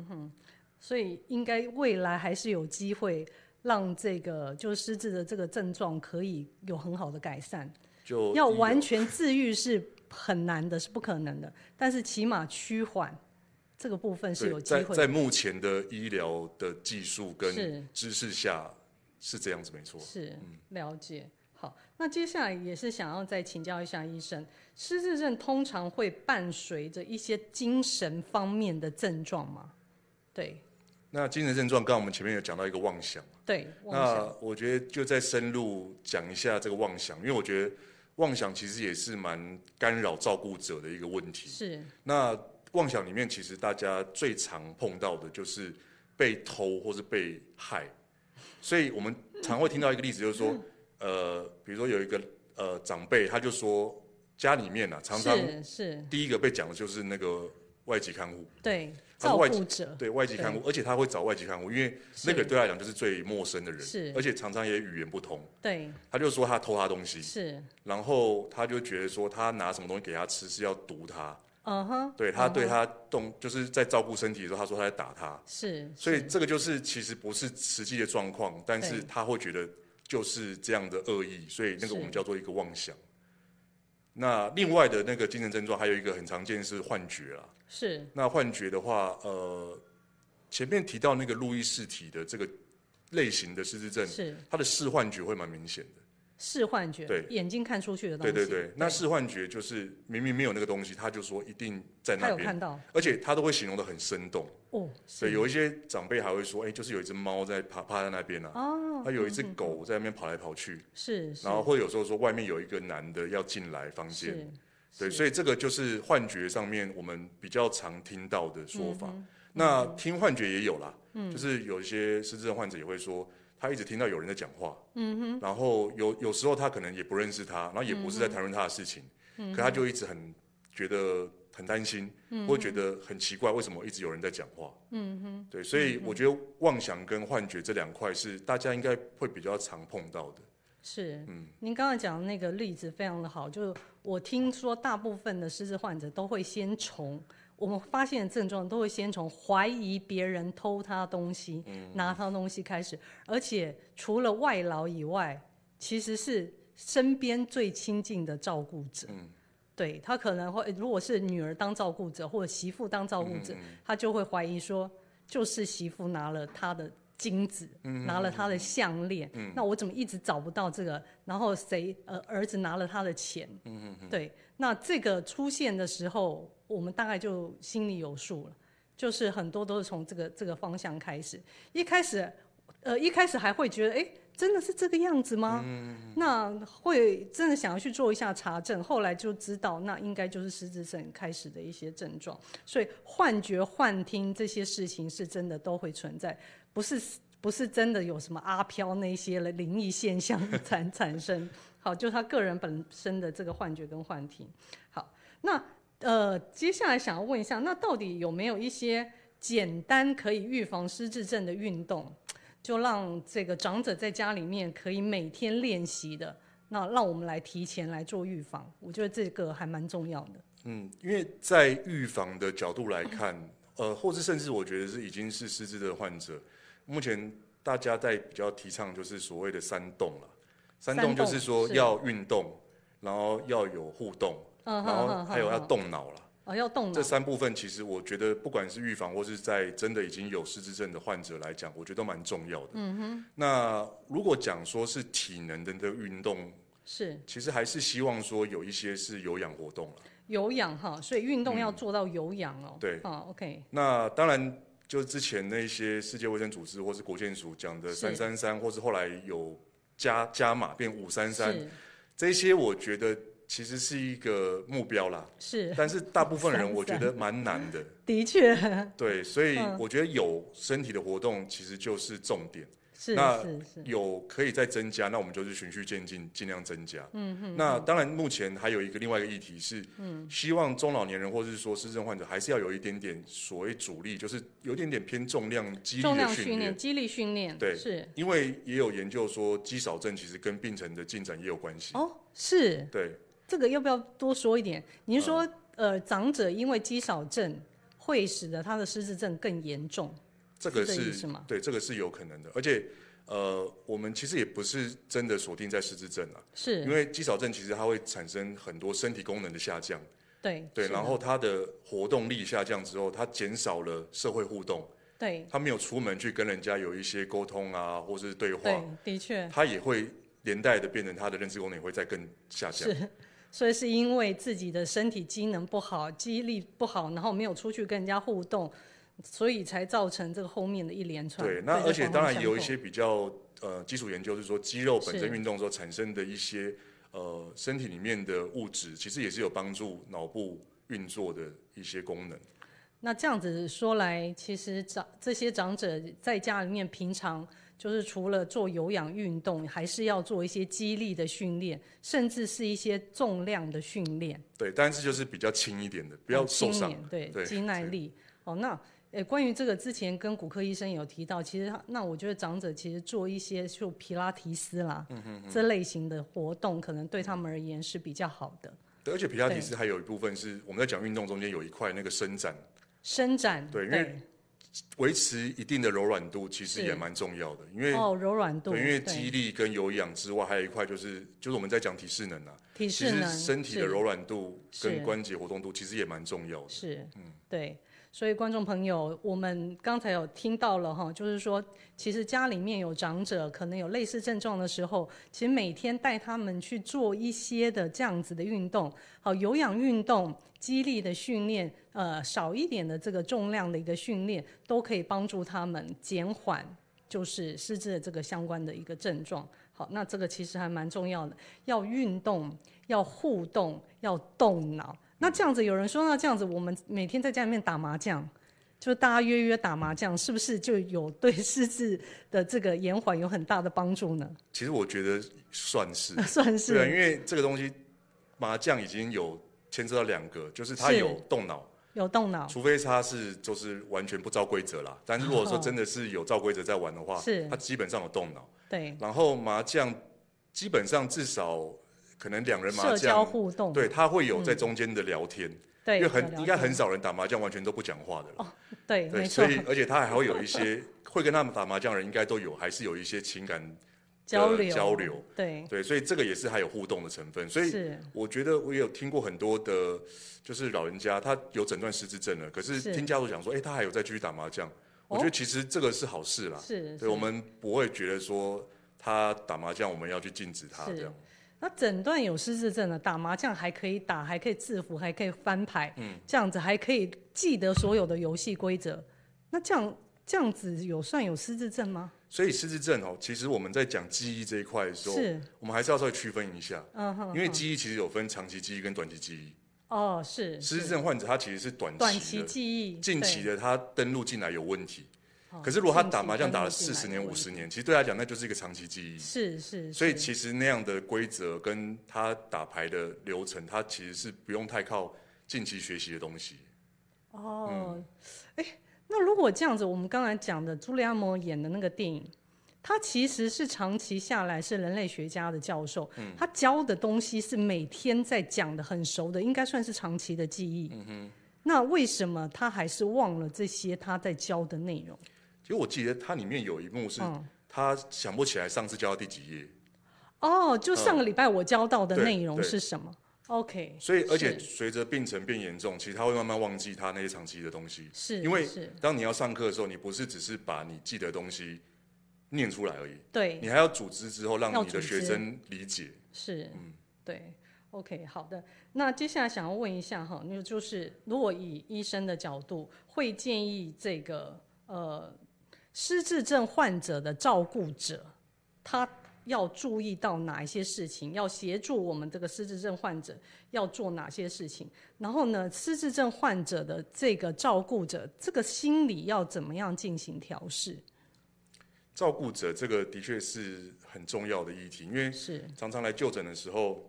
[SPEAKER 2] 所以应该未来还是有机会让这个就是失智的这个症状可以有很好的改善。
[SPEAKER 3] 就
[SPEAKER 2] 要
[SPEAKER 3] 医疗
[SPEAKER 2] 完全治愈是很难的，是不可能的，但是起码趋缓这个部分是
[SPEAKER 3] 对
[SPEAKER 2] 有机
[SPEAKER 3] 在
[SPEAKER 2] 会
[SPEAKER 3] 在
[SPEAKER 2] 的。
[SPEAKER 3] 目前的医疗的技术
[SPEAKER 2] 是
[SPEAKER 3] 跟知识下是这样子，没错。
[SPEAKER 2] 是
[SPEAKER 3] 嗯
[SPEAKER 2] 了解。好，那接下来也是想要再请教一下医生，失智症通常会伴随着一些精神方面的症状吗？对
[SPEAKER 3] 那精神症状，刚刚我们前面有讲到一个妄想。
[SPEAKER 2] 对，妄想
[SPEAKER 3] 那我觉得就再深入讲一下这个妄想，因为我觉得妄想其实也是蛮干扰照顾者的一个问题。
[SPEAKER 2] 是
[SPEAKER 3] 那妄想里面，其实大家最常碰到的就是被偷或是被害，所以我们常会听到一个例子，就是说，呃，比如说有一个呃长辈，他就说家里面啊，常常
[SPEAKER 2] 是是，
[SPEAKER 3] 第一个被讲的就是那个外籍看护，
[SPEAKER 2] 对
[SPEAKER 3] 他
[SPEAKER 2] 照
[SPEAKER 3] 外
[SPEAKER 2] 顾者
[SPEAKER 3] 对外籍看护，而且他会找外籍看护，因为那个对他来讲就是最陌生的人，
[SPEAKER 2] 是
[SPEAKER 3] 而且常常也语言不通。
[SPEAKER 2] 对
[SPEAKER 3] 他就说他偷他东西，
[SPEAKER 2] 是，
[SPEAKER 3] 然后他就觉得说他拿什么东西给他吃是要毒他，
[SPEAKER 2] 嗯哼，
[SPEAKER 3] 对他对他动就是在照顾身体的时候，他说他在打他，
[SPEAKER 2] 是，
[SPEAKER 3] 所以
[SPEAKER 2] 是
[SPEAKER 3] 这个就是其实不是实际的状况，但是
[SPEAKER 2] 对
[SPEAKER 3] 他会觉得就是这样的恶意，所以那
[SPEAKER 2] 是
[SPEAKER 3] 个我们叫做一个妄想。那另外的那个精神症状还有一个很常见是幻觉啦，
[SPEAKER 2] 是
[SPEAKER 3] 那幻觉的话，呃，前面提到那个路易氏体的这个类型的失智症，
[SPEAKER 2] 是
[SPEAKER 3] 它的视幻觉会蛮明显的。
[SPEAKER 2] 视幻觉，
[SPEAKER 3] 对
[SPEAKER 2] 眼睛看出去的东
[SPEAKER 3] 对
[SPEAKER 2] 西，
[SPEAKER 3] 对对，那视幻觉就是明明没有那个东西，他就说一定在
[SPEAKER 2] 他
[SPEAKER 3] 那
[SPEAKER 2] 有看
[SPEAKER 3] 边，
[SPEAKER 2] 到
[SPEAKER 3] 而且他都会形容的很生动。
[SPEAKER 2] 哦，
[SPEAKER 3] 所以
[SPEAKER 2] 是
[SPEAKER 3] 有一些长辈还会说，哎、就是有一只猫在趴趴在那边啊，
[SPEAKER 2] 哦，
[SPEAKER 3] 还有一只狗在那边跑来跑去，
[SPEAKER 2] 是，
[SPEAKER 3] 然后或者有时候说外面有一个男的要进来房
[SPEAKER 2] 是
[SPEAKER 3] 间，对，
[SPEAKER 2] 是
[SPEAKER 3] 所以这个就是幻觉上面我们比较常听到的说法。那听幻觉也有啦，就是有一些失智症患者也会说，他一直听到有人在讲话，嗯哼，嗯然后有有时候他可能也不认识他，然后也不是在谈论他的事情，可他就一直很觉得很担心，或觉得很奇怪，为什么一直有人在讲话，嗯哼，对，所以我觉得妄想跟幻觉这两块是大家应该会比较常碰到的，
[SPEAKER 2] 是，您刚才讲的那个例子非常的好，就是我听说大部分的失智患者都会先从我们发现的症状都会先从怀疑别人偷他东西、拿他东西开始，而且除了外劳以外，其实是身边最亲近的照顾者。对他可能会，如果是女儿当照顾者或者媳妇当照顾者，他就会怀疑说，就是媳妇拿了他的金子，拿了他的项链，那我怎么一直找不到这个？然后谁呃儿子拿了他的钱，对，那这个出现的时候，我们大概就心里有数了，就是很多都是从这个这个方向开始，一开始呃一开始还会觉得哎。诶真的是这个样子吗？那会真的想要去做一下查证，后来就知道那应该就是失智症开始的一些症状，所以幻觉、幻听这些事情是真的都会存在，不是不是真的有什么阿飘那些了灵异现象 产产生。好，就他个人本身的这个幻觉跟幻听。好，那呃，接下来想要问一下，那到底有没有一些简单可以预防失智症的运动？就让这个长者在家里面可以每天练习的，那让我们来提前来做预防，我觉得这个还蛮重要的。
[SPEAKER 3] 嗯，因为在预防的角度来看，呃，或是甚至我觉得是已经是失智的患者，目前大家在比较提倡就是所谓的三动了。三
[SPEAKER 2] 三
[SPEAKER 3] 动就
[SPEAKER 2] 动
[SPEAKER 3] 是说
[SPEAKER 2] 是
[SPEAKER 3] 要运动，然后要有互动，
[SPEAKER 2] 嗯
[SPEAKER 3] 然
[SPEAKER 2] 哼
[SPEAKER 3] 后
[SPEAKER 2] 哼
[SPEAKER 3] 还有
[SPEAKER 2] 哼
[SPEAKER 3] 要
[SPEAKER 2] 哼
[SPEAKER 3] 动脑了。
[SPEAKER 2] 哦，要动脑
[SPEAKER 3] 这，三部分其实我觉得，不管是预防或是在真的已经有失智症的患者来讲，我觉得都蛮重要的。嗯哼。那如果讲说是体能的这个运动，
[SPEAKER 2] 是
[SPEAKER 3] 其实还是希望说有一些是有氧活动了。
[SPEAKER 2] 有氧哈，所以运动要做到有氧哦。
[SPEAKER 3] 嗯对
[SPEAKER 2] 啊，OK，
[SPEAKER 3] 那当然，就之前那些世界卫生组织或是国健署讲的
[SPEAKER 2] 是
[SPEAKER 3] 三三三，或是后来有加加码变五三三，
[SPEAKER 2] 是
[SPEAKER 3] 这些我觉得其实是一个目标啦。
[SPEAKER 2] 是，
[SPEAKER 3] 但是大部分人我觉
[SPEAKER 2] 533
[SPEAKER 3] 得蛮难的，
[SPEAKER 2] 的确嗯
[SPEAKER 3] 对，所以我觉得有身体的活动其实就是重点。
[SPEAKER 2] 是
[SPEAKER 3] 那
[SPEAKER 2] 是是，
[SPEAKER 3] 有可以再增加，那我们就是循序渐进，尽量增加。嗯哼。那当然，目前还有一个另外一个议题是，嗯，希望中老年人或是说失智患者还是要有一点点所谓主力，就是有一点点偏重量肌力
[SPEAKER 2] 重
[SPEAKER 3] 的
[SPEAKER 2] 量
[SPEAKER 3] 训
[SPEAKER 2] 训
[SPEAKER 3] 练
[SPEAKER 2] 练、。肌力训练，
[SPEAKER 3] 对
[SPEAKER 2] 是
[SPEAKER 3] 因为也有研究说，肌少症其实跟病程的进展也有关系。
[SPEAKER 2] 哦，是
[SPEAKER 3] 对，
[SPEAKER 2] 这个要不要多说一点？您说，呃，长者因为肌少症会使得他的失智症更严重，
[SPEAKER 3] 这
[SPEAKER 2] 是
[SPEAKER 3] 个
[SPEAKER 2] 这意
[SPEAKER 3] 是
[SPEAKER 2] 思吗
[SPEAKER 3] 对，这个是有可能的。而且，呃，我们其实也不是真的锁定在失智症啊，因
[SPEAKER 2] 是
[SPEAKER 3] 为肌少症其实它会产生很多身体功能的下降，
[SPEAKER 2] 对
[SPEAKER 3] 对，
[SPEAKER 2] 是
[SPEAKER 3] 然
[SPEAKER 2] 的
[SPEAKER 3] 后他的活动力下降之后，他减少了社会互动，
[SPEAKER 2] 对
[SPEAKER 3] 他没有出门去跟人家有一些沟通啊，或是对话，
[SPEAKER 2] 对，的确
[SPEAKER 3] 他也会连带的变成他的认知功能也会再更下降。
[SPEAKER 2] 是。所以是因为自己的身体机能不好、肌力不好，然后没有出去跟人家互动，所以才造成这个后面的一连串。
[SPEAKER 3] 对，那而且当然也有一些
[SPEAKER 2] 这
[SPEAKER 3] 比较呃基础研究是说，肌肉本身
[SPEAKER 2] 是
[SPEAKER 3] 运动之后产生的一些呃身体里面的物质，其实也是有帮助脑部运作的一些功能。
[SPEAKER 2] 那这样子说来，其实长这些长者在家里面平常就是除了做有氧运动，还是要做一些肌力的训练，甚至是一些重量的训练，
[SPEAKER 3] 对，但是就是比较轻一点的，不要
[SPEAKER 2] 嗯
[SPEAKER 3] 受
[SPEAKER 2] 轻
[SPEAKER 3] 伤。
[SPEAKER 2] 量对
[SPEAKER 3] 对
[SPEAKER 2] 肌耐力。哦，那呃，关于这个之前跟骨科医生有提到，其实他那我觉得长者其实做一些就皮拉提斯啦、
[SPEAKER 3] 嗯
[SPEAKER 2] 这类型的活动，可能对他们而言是比较好的
[SPEAKER 3] 对，而且皮拉提
[SPEAKER 2] 对
[SPEAKER 3] 斯还有一部分是我们在讲运动中间有一块那个伸展，
[SPEAKER 2] 伸展。
[SPEAKER 3] 对因为
[SPEAKER 2] 对
[SPEAKER 3] 维持一定的柔软度，其实
[SPEAKER 2] 是
[SPEAKER 3] 也蛮重要的，因为、
[SPEAKER 2] 哦，柔软度，
[SPEAKER 3] 对，因为
[SPEAKER 2] 对
[SPEAKER 3] 肌力跟有氧之外，还有一块就是就是我们在讲体适能啊，
[SPEAKER 2] 体
[SPEAKER 3] 其
[SPEAKER 2] 适
[SPEAKER 3] 实
[SPEAKER 2] 能
[SPEAKER 3] 身体的
[SPEAKER 2] 是
[SPEAKER 3] 柔软度跟
[SPEAKER 2] 是
[SPEAKER 3] 关节活动度其实也蛮重要的。
[SPEAKER 2] 是，对。所以观众朋友，我们刚才有听到了哈，就是说，其实家里面有长者可能有类似症状的时候，其实每天带他们去做一些的这样子的运动，好有氧运动、肌力的训练，呃，少一点的这个重量的一个训练，都可以帮助他们减缓就是失智的这个相关的一个症状。好，那这个其实还蛮重要的，要运动，要互动，要动脑。那这样子，有人说，那这样子，我们每天在家里面打麻将，就大家约约打麻将，是不是就有对失智的这个延缓有很大的帮助呢？
[SPEAKER 3] 其实我觉得算是
[SPEAKER 2] 那，算
[SPEAKER 3] 对啊，因
[SPEAKER 2] 是
[SPEAKER 3] 为这个东西麻将已经有牵涉到两个，就是它
[SPEAKER 2] 是
[SPEAKER 3] 有动脑，
[SPEAKER 2] 有动脑，
[SPEAKER 3] 除非他是就是完全不照规则啦。但是如果说真的是有照规则在玩的话，
[SPEAKER 2] 哦是
[SPEAKER 3] 他基本上有动脑。
[SPEAKER 2] 对，
[SPEAKER 3] 然后麻将基本上至少可能两人麻
[SPEAKER 2] 社交
[SPEAKER 3] 将，
[SPEAKER 2] 互动，
[SPEAKER 3] 对他会有在中间的聊天，
[SPEAKER 2] 哦嗯对，
[SPEAKER 3] 因为很
[SPEAKER 2] 有聊
[SPEAKER 3] 应该
[SPEAKER 2] 天
[SPEAKER 3] 很少人打麻将完全都不讲话的了。
[SPEAKER 2] 对，
[SPEAKER 3] 对，
[SPEAKER 2] 没错
[SPEAKER 3] 所，以而且他还会有一些会跟他们打麻将的人，应该都有还是有一些情感
[SPEAKER 2] 交
[SPEAKER 3] 呃
[SPEAKER 2] 流
[SPEAKER 3] 交流，
[SPEAKER 2] 对，
[SPEAKER 3] 对，所以这个也是还有互动的成分。所以
[SPEAKER 2] 嗯是
[SPEAKER 3] 我觉得我也有听过很多的，就是老人家他有诊断失智症了，可是
[SPEAKER 2] 是
[SPEAKER 3] 听家属讲说，哎、他还有再继续打麻将。
[SPEAKER 2] 哦
[SPEAKER 3] 我觉得其实这个是好事啦，
[SPEAKER 2] 是，
[SPEAKER 3] 对，我们不会觉得说他打麻将我们要去禁止他
[SPEAKER 2] 是
[SPEAKER 3] 这样。
[SPEAKER 2] 那诊断有失智症的，打麻将还可以打，还可以制服，还可以翻牌，
[SPEAKER 3] 嗯
[SPEAKER 2] 这样子还可以记得所有的游戏规则。那这样这样子有算有失智症吗？
[SPEAKER 3] 所以失智症哦，其实我们在讲记忆这一块的时候，
[SPEAKER 2] 是，
[SPEAKER 3] 我们还是要稍微区分一下，
[SPEAKER 2] 嗯哼，
[SPEAKER 3] 因为记忆其实有分长期记忆跟短期记忆。
[SPEAKER 2] 哦是
[SPEAKER 3] 失智
[SPEAKER 2] 是
[SPEAKER 3] 症患者他其实是短期的，
[SPEAKER 2] 短期记忆，
[SPEAKER 3] 近期
[SPEAKER 2] 对，
[SPEAKER 3] 的他登录进来有问题。
[SPEAKER 2] 哦
[SPEAKER 3] 可是如果他打麻将打了
[SPEAKER 2] 近
[SPEAKER 3] 四
[SPEAKER 2] 期
[SPEAKER 3] 十
[SPEAKER 2] 登录进来
[SPEAKER 3] 年、
[SPEAKER 2] 的
[SPEAKER 3] 五
[SPEAKER 2] 问
[SPEAKER 3] 十
[SPEAKER 2] 题
[SPEAKER 3] 年，其实对他讲那就是一个长期记忆。
[SPEAKER 2] 是是，
[SPEAKER 3] 所以
[SPEAKER 2] 是
[SPEAKER 3] 其实那样的规则跟他打牌的流程，他其实是不用太靠近期学习的东西。
[SPEAKER 2] 哦，
[SPEAKER 3] 嗯
[SPEAKER 2] 哎，那如果这样子，我们刚才讲的朱利安摩演的那个电影，他其实是长期下来是人类学家的教授，
[SPEAKER 3] 嗯
[SPEAKER 2] 他教的东西是每天在讲的很熟的，应该算是长期的记忆。
[SPEAKER 3] 嗯
[SPEAKER 2] 那为什么他还是忘了这些他在教的内容？
[SPEAKER 3] 其实我记得它里面有一幕是
[SPEAKER 2] 嗯，
[SPEAKER 3] 他想不起来上次教到第几页，
[SPEAKER 2] 哦，就上个礼拜我教到的
[SPEAKER 3] 嗯对
[SPEAKER 2] 内容
[SPEAKER 3] 对
[SPEAKER 2] 是什么？OK，
[SPEAKER 3] 所以而且
[SPEAKER 2] 是
[SPEAKER 3] 随着病程变严重，其实他会慢慢忘记他那些长期的东西。
[SPEAKER 2] 是
[SPEAKER 3] 因为
[SPEAKER 2] 是，
[SPEAKER 3] 当你要上课的时候，你不是只是把你记得的东西念出来而已，
[SPEAKER 2] 对，
[SPEAKER 3] 你还要组织之后
[SPEAKER 2] 要
[SPEAKER 3] 让你的
[SPEAKER 2] 组织
[SPEAKER 3] 学生理解。
[SPEAKER 2] 是，
[SPEAKER 3] 嗯
[SPEAKER 2] 对，OK，好的。那接下来想要问一下哈，那就是如果以医生的角度，会建议这个呃失智症患者的照顾者，他要注意到哪一些事情，要协助我们这个失智症患者要做哪些事情，然后呢，失智症患者的这个照顾者，这个心理要怎么样进行调试？
[SPEAKER 3] 照顾者这个的确是很重要的议题，因为
[SPEAKER 2] 是
[SPEAKER 3] 常常来就诊的时候，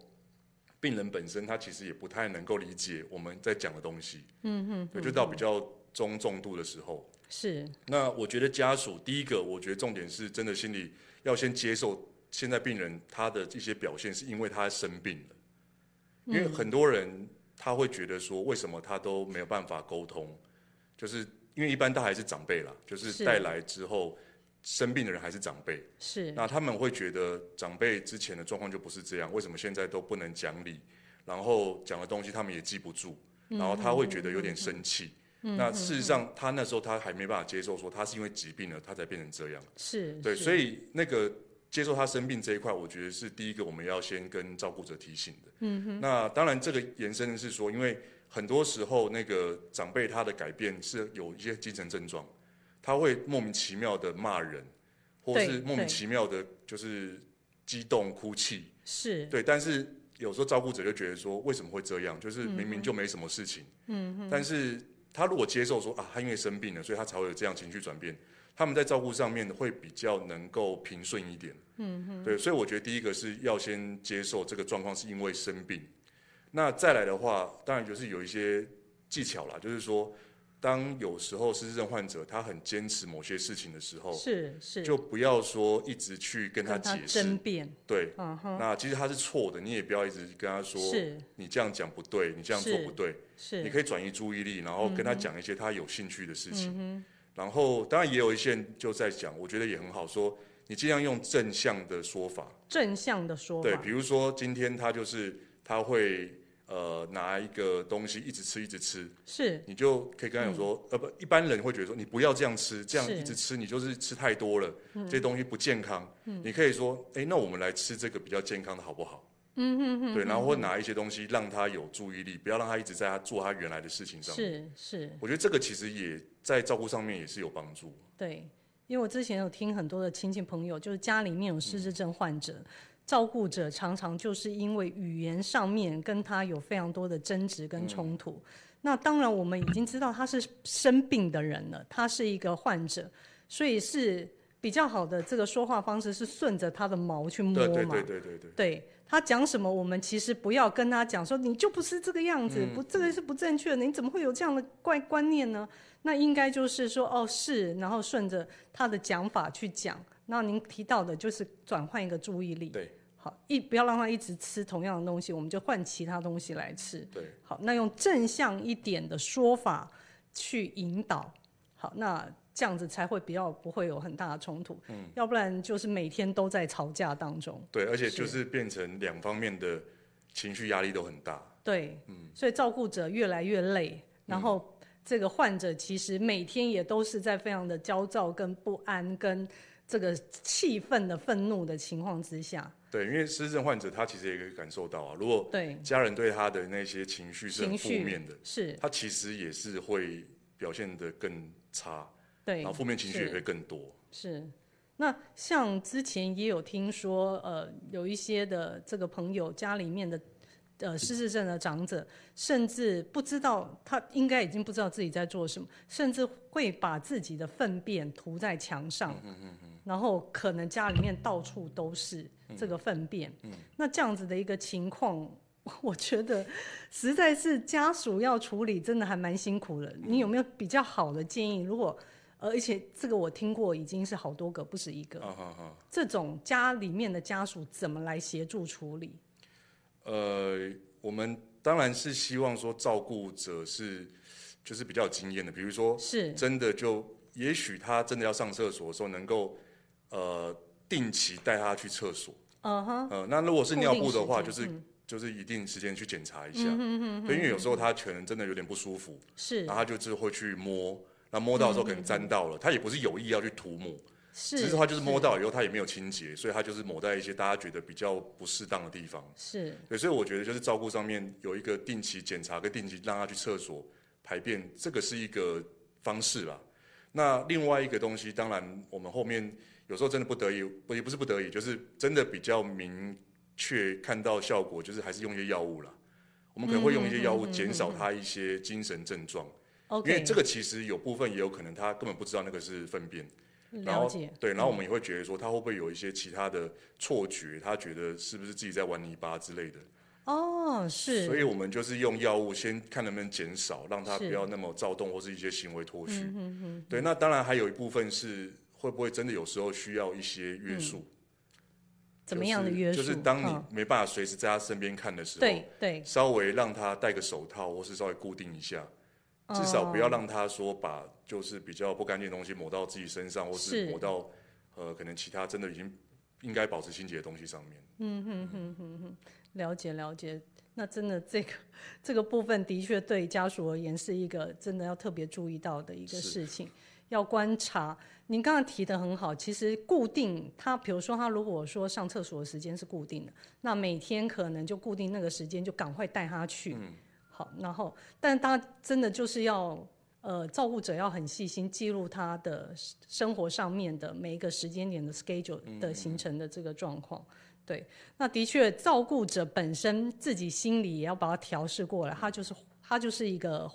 [SPEAKER 3] 病人本身他其实也不太能够理解我们在讲的东西。嗯哼，对，就到比较中重度的时候，
[SPEAKER 2] 是
[SPEAKER 3] 那我觉得家属第一个，我觉得重点是真的心里要先接受，现在病人他的一些表现是因为他生病了，因为很多人他会觉得说，为什么他都没有办法沟通，就是因为一般他还是长辈啦，就是
[SPEAKER 2] 是
[SPEAKER 3] 带来之后生病的人还是长辈，
[SPEAKER 2] 是
[SPEAKER 3] 那他们会觉得长辈之前的状况就不是这样，为什么现在都不能讲理？然后讲的东西他们也记不住，然后他会觉得有点生气。那事实上，他那时候他还没办法接受，说他是因为疾病了，他才变成这样。
[SPEAKER 2] 是，
[SPEAKER 3] 对，
[SPEAKER 2] 是
[SPEAKER 3] 所以那个接受他生病这一块，我觉得是第一个我们要先跟照顾者提醒的。嗯哼。那当然，这个延伸的是说，因为很多时候那个长辈他的改变是有一些精神症状，他会莫名其妙的骂人，或
[SPEAKER 2] 对
[SPEAKER 3] 是莫
[SPEAKER 2] 对
[SPEAKER 3] 名其妙的就是激动哭泣。
[SPEAKER 2] 是
[SPEAKER 3] 对，但是有时候照顾者就觉得说，为什么会这样？就是明明就没什么事情，嗯，但是他如果接受说啊，他因为生病了，所以他才会有这样情绪转变，他们在照顾上面会比较能够平顺一点，嗯哼，对，所以我觉得第一个是要先接受这个状况是因为生病，那再来的话，当然就是有一些技巧啦，就是说。当有时候失智症患者他很坚持某些事情的时候，
[SPEAKER 2] 是是，
[SPEAKER 3] 哦就不要说一直去跟他
[SPEAKER 2] 跟他
[SPEAKER 3] 解释，
[SPEAKER 2] 争辩，嗯
[SPEAKER 3] 对，那其实他是错的，你也不要一直跟他说
[SPEAKER 2] 是
[SPEAKER 3] 你这样讲不对，你这样做
[SPEAKER 2] 是
[SPEAKER 3] 不对，你
[SPEAKER 2] 是
[SPEAKER 3] 可以转移注意力，然后跟他讲一些他有兴趣的事情。
[SPEAKER 2] 嗯
[SPEAKER 3] 然后当然也有一些人就在讲，我觉得也很好说你尽量用正向的说法，
[SPEAKER 2] 正向的说
[SPEAKER 3] 对，
[SPEAKER 2] 法
[SPEAKER 3] 比，如说今天他就是他会呃拿一个东西一直吃一直吃，
[SPEAKER 2] 是
[SPEAKER 3] 你就可以跟他讲说，呃不，一般人会觉得说你不要这样吃，这样
[SPEAKER 2] 嗯是嗯
[SPEAKER 3] 一直吃你就是吃太多了，这些东西不健康。你可以说，哎、那我们来吃这个比较健康的好不好？嗯哼哼，对，然后会拿一些东西让他有注意力，不要让他一直在他做他原来的事情上。，
[SPEAKER 2] 是是，
[SPEAKER 3] 我觉得这个其实也在照顾上面也是有帮助。
[SPEAKER 2] 对，因为我之前有听很多的亲戚朋友，就是家里面有失智症患者，照顾者常常就是因为语言上面跟他有非常多的争执跟冲突。
[SPEAKER 3] 嗯
[SPEAKER 2] 那当然，我们已经知道他是生病的人了，他是一个患者，所以是比较好的这个说话方式是顺着他的毛去摸
[SPEAKER 3] 对
[SPEAKER 2] 嘛。
[SPEAKER 3] 对对对对对，
[SPEAKER 2] 对他讲什么，我们其实不要跟他讲说你就不是这个样子，不，这个是不正确的，你怎么会有这样的怪观念呢？那应该就是说，哦，是，然后顺着他的讲法去讲。那您提到的就是转换一个注意力，
[SPEAKER 3] 对，
[SPEAKER 2] 好，一不要让他一直吃同样的东西，我们就换其他东西来吃。
[SPEAKER 3] 对，
[SPEAKER 2] 好，那用正向一点的说法去引导，好，那这样子才会比较不会有很大的冲突，嗯，要不然就是每天都在吵架当中。
[SPEAKER 3] 对，而且
[SPEAKER 2] 是
[SPEAKER 3] 就是变成两方面的情绪压力都很大。
[SPEAKER 2] 对，
[SPEAKER 3] 嗯
[SPEAKER 2] 所以照顾者越来越累，然后这个患者其实每天也都是在非常的焦躁、跟不安、跟这个气愤的愤怒的情况之下，
[SPEAKER 3] 对，因为失智症患者他其实也可以感受到啊，如果
[SPEAKER 2] 对
[SPEAKER 3] 家人对他的那些情绪是很
[SPEAKER 2] 情
[SPEAKER 3] 负
[SPEAKER 2] 绪
[SPEAKER 3] 面的，
[SPEAKER 2] 是
[SPEAKER 3] 他其实也是会表现得更差，
[SPEAKER 2] 对
[SPEAKER 3] 然后，负面情绪
[SPEAKER 2] 是
[SPEAKER 3] 也会更多。
[SPEAKER 2] 是。那像之前也有听说，呃，有一些的这个朋友家里面的。呃，失智症的长者，甚至不知道他应该已经不知道自己在做什么，甚至会把自己的粪便涂在墙上，然后可能家里面到处都是这个粪便。那这样子的一个情况， 我觉得实在是家属要处理，真的还蛮辛苦的。你有没有比较好的建议？如果呃而且这个我听过，已经是好多个，不止一个。
[SPEAKER 3] 啊哈哈，
[SPEAKER 2] 这种家里面的家属怎么来协助处理？
[SPEAKER 3] 呃，我们当然是希望说照顾者是就是比较有经验的，比如说
[SPEAKER 2] 是
[SPEAKER 3] 真的就也许他真的要上厕所的时候，能够呃定期带他去厕所。嗯哼，呃，那如果是尿布的话，
[SPEAKER 2] 哦固定
[SPEAKER 3] 就
[SPEAKER 2] 时
[SPEAKER 3] 是
[SPEAKER 2] 间嗯
[SPEAKER 3] 就是一定时间去检查一下，对因为有时候他可能真的有点不舒服，
[SPEAKER 2] 是
[SPEAKER 3] 然后他就是会去摸，那摸到的时候可能沾到了，他也不是有意要去涂抹，
[SPEAKER 2] 是，
[SPEAKER 3] 只是他就是摸到以后，他也没有清洁，所以他就是抹在一些大家觉得比较不适当的地方。
[SPEAKER 2] 是是
[SPEAKER 3] 对，所以我觉得就是照顾上面有一个定期检查跟定期让他去厕所排便，这个是一个方式啦。那另外一个东西，当然我们后面有时候真的不得已，不也不是不得已，就是真的比较明确看到效果，就是还是用一些药物啦。我们可能会用一些药
[SPEAKER 2] 嗯
[SPEAKER 3] 物减少他一些精神症状，因为
[SPEAKER 2] ，OK，
[SPEAKER 3] 这个其实有部分也有可能他根本不知道那个是粪便，然后
[SPEAKER 2] 了解嗯
[SPEAKER 3] 对，然后我们也会觉得说，他会不会有一些其他的错觉？他觉得是不是自己在玩泥巴之类的？
[SPEAKER 2] 哦，
[SPEAKER 3] 所
[SPEAKER 2] 是
[SPEAKER 3] 以我们就是用药物先看能不能减少，让他
[SPEAKER 2] 是嗯
[SPEAKER 3] 不要那么躁动或是一些行为脱序。对，那当然还有一部分是会不会真的有时候需要一些约束？
[SPEAKER 2] 嗯怎么样的
[SPEAKER 3] 就是
[SPEAKER 2] 约束？
[SPEAKER 3] 就是当
[SPEAKER 2] 嗯
[SPEAKER 3] 你没办法随时在他身边看的时候，
[SPEAKER 2] 对对
[SPEAKER 3] 稍微让他戴个手套，或是稍微固定一下，
[SPEAKER 2] 哦
[SPEAKER 3] 至少不要让他说把就是比较不干净的东西抹到自己身上，或
[SPEAKER 2] 是
[SPEAKER 3] 是抹到呃可能其他真的已经应该保持清洁的东西上面。
[SPEAKER 2] 嗯了解了解，那真的这个这个部分的确对家属而言是一个真的要特别注意到的一个
[SPEAKER 3] 是
[SPEAKER 2] 事情，要观察。您刚刚提的很好，其实固定他，比如说他如果说上厕所的时间是固定的，那每天可能就固定那个时间就赶快带他去。好，然后，但他真的就是要。呃，照顾者要很细心记录他的生活上面的每一个时间点的 schedule 的行程的这个状况。对，那的确，照顾者本身自己心里也要把它调试过来，他就是他就是一个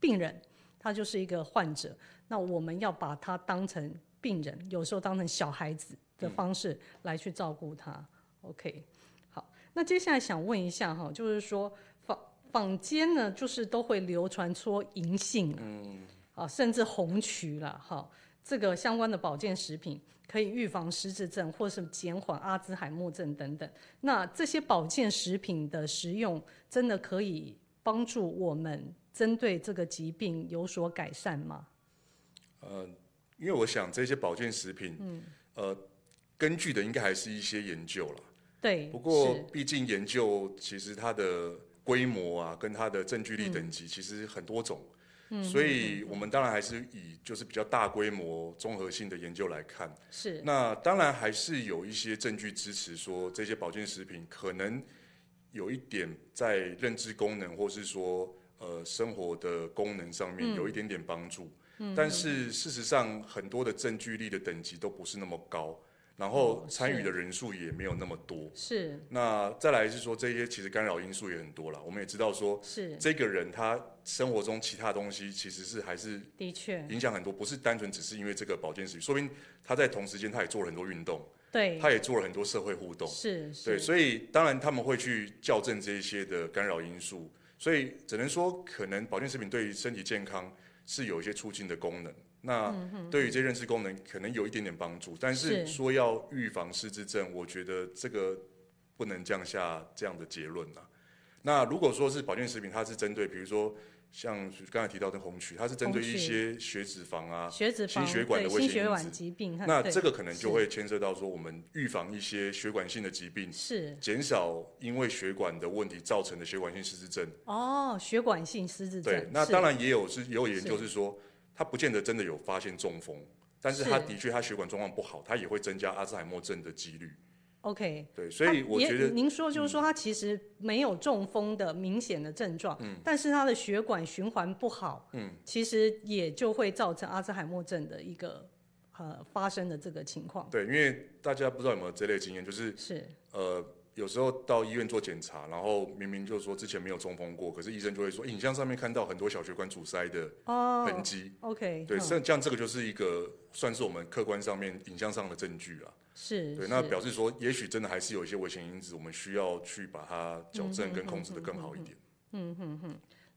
[SPEAKER 2] 病人，他就是一个患者。那我们要把他当成病人，有时候当成小孩子的方式来去照顾他。OK，好，那接下来想问一下哈，就是说坊坊间呢，就是都会流传说银杏，嗯，啊，甚至红曲啦，哈，这个相关的保健食品可以预防失智症，或是减缓阿兹海默症等等。那这些保健食品的食用，真的可以帮助我们针对这个疾病有所改善吗？
[SPEAKER 3] 因为我想这些保健食品，
[SPEAKER 2] 嗯
[SPEAKER 3] 呃，根据的应该还是一些研究了。
[SPEAKER 2] 对，
[SPEAKER 3] 不过
[SPEAKER 2] 嗯是，
[SPEAKER 3] 毕竟研究其实它的规模啊，跟它的证据力等
[SPEAKER 2] 嗯
[SPEAKER 3] 级其实很多种，所以我们当然还是以就是比较大规模、综合性的研究来看。
[SPEAKER 2] 是
[SPEAKER 3] 那当然还是有一些证据支持说这些保健食品可能有一点在认知功能或是说呃生活的功能上
[SPEAKER 2] 嗯
[SPEAKER 3] 面有一点点帮助，但是事实上很多的证据力的等级都不是那么高，然后
[SPEAKER 2] 哦
[SPEAKER 3] 参与
[SPEAKER 2] 是
[SPEAKER 3] 的人数也没有那么多。
[SPEAKER 2] 是
[SPEAKER 3] 那再来是说，这些其实干扰因素也很多啦。我们也知道说，
[SPEAKER 2] 是，
[SPEAKER 3] 这个人他生活中其他东西其实是还是
[SPEAKER 2] 的确，
[SPEAKER 3] 影响很多，不是单纯只是因为这个保健食品，说明他在同时间他也做了很多运动，
[SPEAKER 2] 对，
[SPEAKER 3] 他也做了很多社会互动，
[SPEAKER 2] 是
[SPEAKER 3] 对，
[SPEAKER 2] 是，
[SPEAKER 3] 所以当然他们会去校正这一些的干扰因素，所以只能说可能保健食品对于身体健康是有一些促进的功能。那对于这些认知功能可能有一点点帮助，但是
[SPEAKER 2] 嗯是
[SPEAKER 3] 说要预防失智症，我觉得这个不能降下这样的结论啊。那如果说是保健食品，它是针对比如说像刚才提到的红曲，它是针对
[SPEAKER 2] 红曲
[SPEAKER 3] 一些血脂肪啊，
[SPEAKER 2] 血脂
[SPEAKER 3] 心
[SPEAKER 2] 肪
[SPEAKER 3] 血管
[SPEAKER 2] 对
[SPEAKER 3] 的危
[SPEAKER 2] 心
[SPEAKER 3] 险
[SPEAKER 2] 血
[SPEAKER 3] 因
[SPEAKER 2] 管
[SPEAKER 3] 子
[SPEAKER 2] 疾病，
[SPEAKER 3] 那
[SPEAKER 2] 对
[SPEAKER 3] 这个可能
[SPEAKER 2] 是
[SPEAKER 3] 就会牵涉到说我们预防一些血管性的疾病，
[SPEAKER 2] 是
[SPEAKER 3] 减少因为血管的问题造成的血管性失智症。
[SPEAKER 2] 哦，血管性失智症，
[SPEAKER 3] 对，那
[SPEAKER 2] 是
[SPEAKER 3] 当然也有是也有研究
[SPEAKER 2] 是
[SPEAKER 3] 是说，他不见得真的有发现中风，但是他
[SPEAKER 2] 是
[SPEAKER 3] 的确他血管状况不好，他也会增加阿兹海默症的几率。
[SPEAKER 2] OK，
[SPEAKER 3] 对，所以
[SPEAKER 2] 他
[SPEAKER 3] 我
[SPEAKER 2] 啊也
[SPEAKER 3] 觉得嗯
[SPEAKER 2] 您说就是说，他其实没有中风的明显的症状，
[SPEAKER 3] 嗯
[SPEAKER 2] 但是他的血管循环不好，嗯，其实也就会造成阿兹海默症的一个呃发生的这个情况。
[SPEAKER 3] 对，因为大家不知道有没有这类经验，就是
[SPEAKER 2] 是
[SPEAKER 3] 呃，有时候到医院做检查，然后明明就说之前没有中风过，可是医生就会说，影像上面看到很多小血管阻塞的
[SPEAKER 2] 哦
[SPEAKER 3] 痕迹。
[SPEAKER 2] ，OK，
[SPEAKER 3] 对，
[SPEAKER 2] 嗯
[SPEAKER 3] 像像这个就是一个算是我们客观上面影像上的证据啊。
[SPEAKER 2] 是，
[SPEAKER 3] 对，那
[SPEAKER 2] 是
[SPEAKER 3] 表示说，也许真的还是有一些危险因子，我们需要去把它矫
[SPEAKER 2] 嗯
[SPEAKER 3] 正跟控制的更好一点。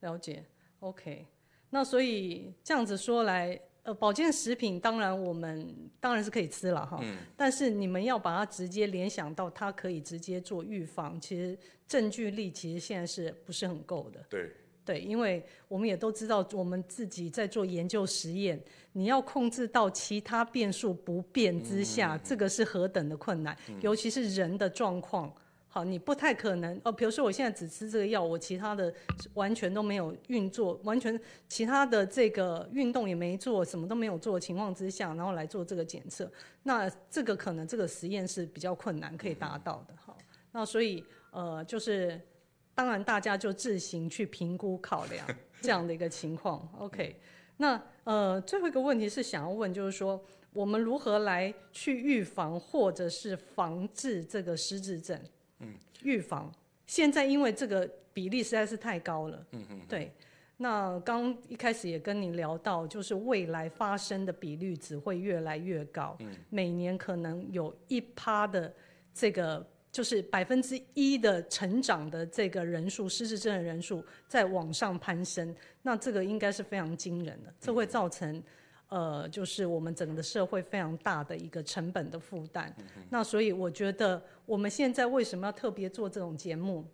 [SPEAKER 2] 了解，OK。那所以这样子说来，呃，保健食品当然我们当然是可以吃了哈，
[SPEAKER 3] 嗯
[SPEAKER 2] 但是你们要把它直接联想到它可以直接做预防，其实证据力其实现在是不是很够的？
[SPEAKER 3] 对，
[SPEAKER 2] 对，因为我们也都知道，我们自己在做研究实验，你要控制到其他变数不变之下，这个是何等的困难，尤其是人的状况。好，你不太可能哦。比如说，我现在只吃这个药，我其他的完全都没有运作，完全其他的这个运动也没做，什么都没有做的情况之下，然后来做这个检测，那这个可能这个实验是比较困难可以达到的。好，那所以呃，就是当然大家就自行去评估考量 这样的一个情况。OK，那呃，最后一个问题是想要问，就是说我们如何来去预防或者是防治这个失智症？嗯，预防现在因为这个比例实在是太高了，嗯嗯，对。那刚一开始也跟你聊到，就是未来发生的比率只会越来越高，每年可能有一趴的这个就是百分之一的成长的这个人数，失智症的人数在往上攀升，那这个应该是非常惊人的，这会造成。呃，就是我们整个社会非常大的一个成本的负担。那所以我觉得我们现在为什么要特别做这种节目？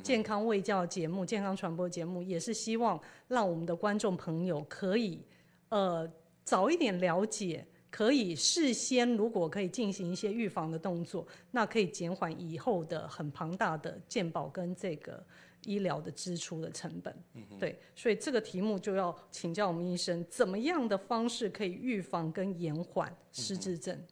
[SPEAKER 2] 健康卫教节目、健康传播节目，也是希望让我们的观众朋友可以呃早一点了解，可以事先如果可以进行一些预防的动作，那可以减缓以后的很庞大的健保跟这个。医疗的支出的成本，
[SPEAKER 3] 嗯
[SPEAKER 2] 对，所以这个题目就要请教我们医生，怎么样的方式可以预防跟延缓失智症？
[SPEAKER 3] 嗯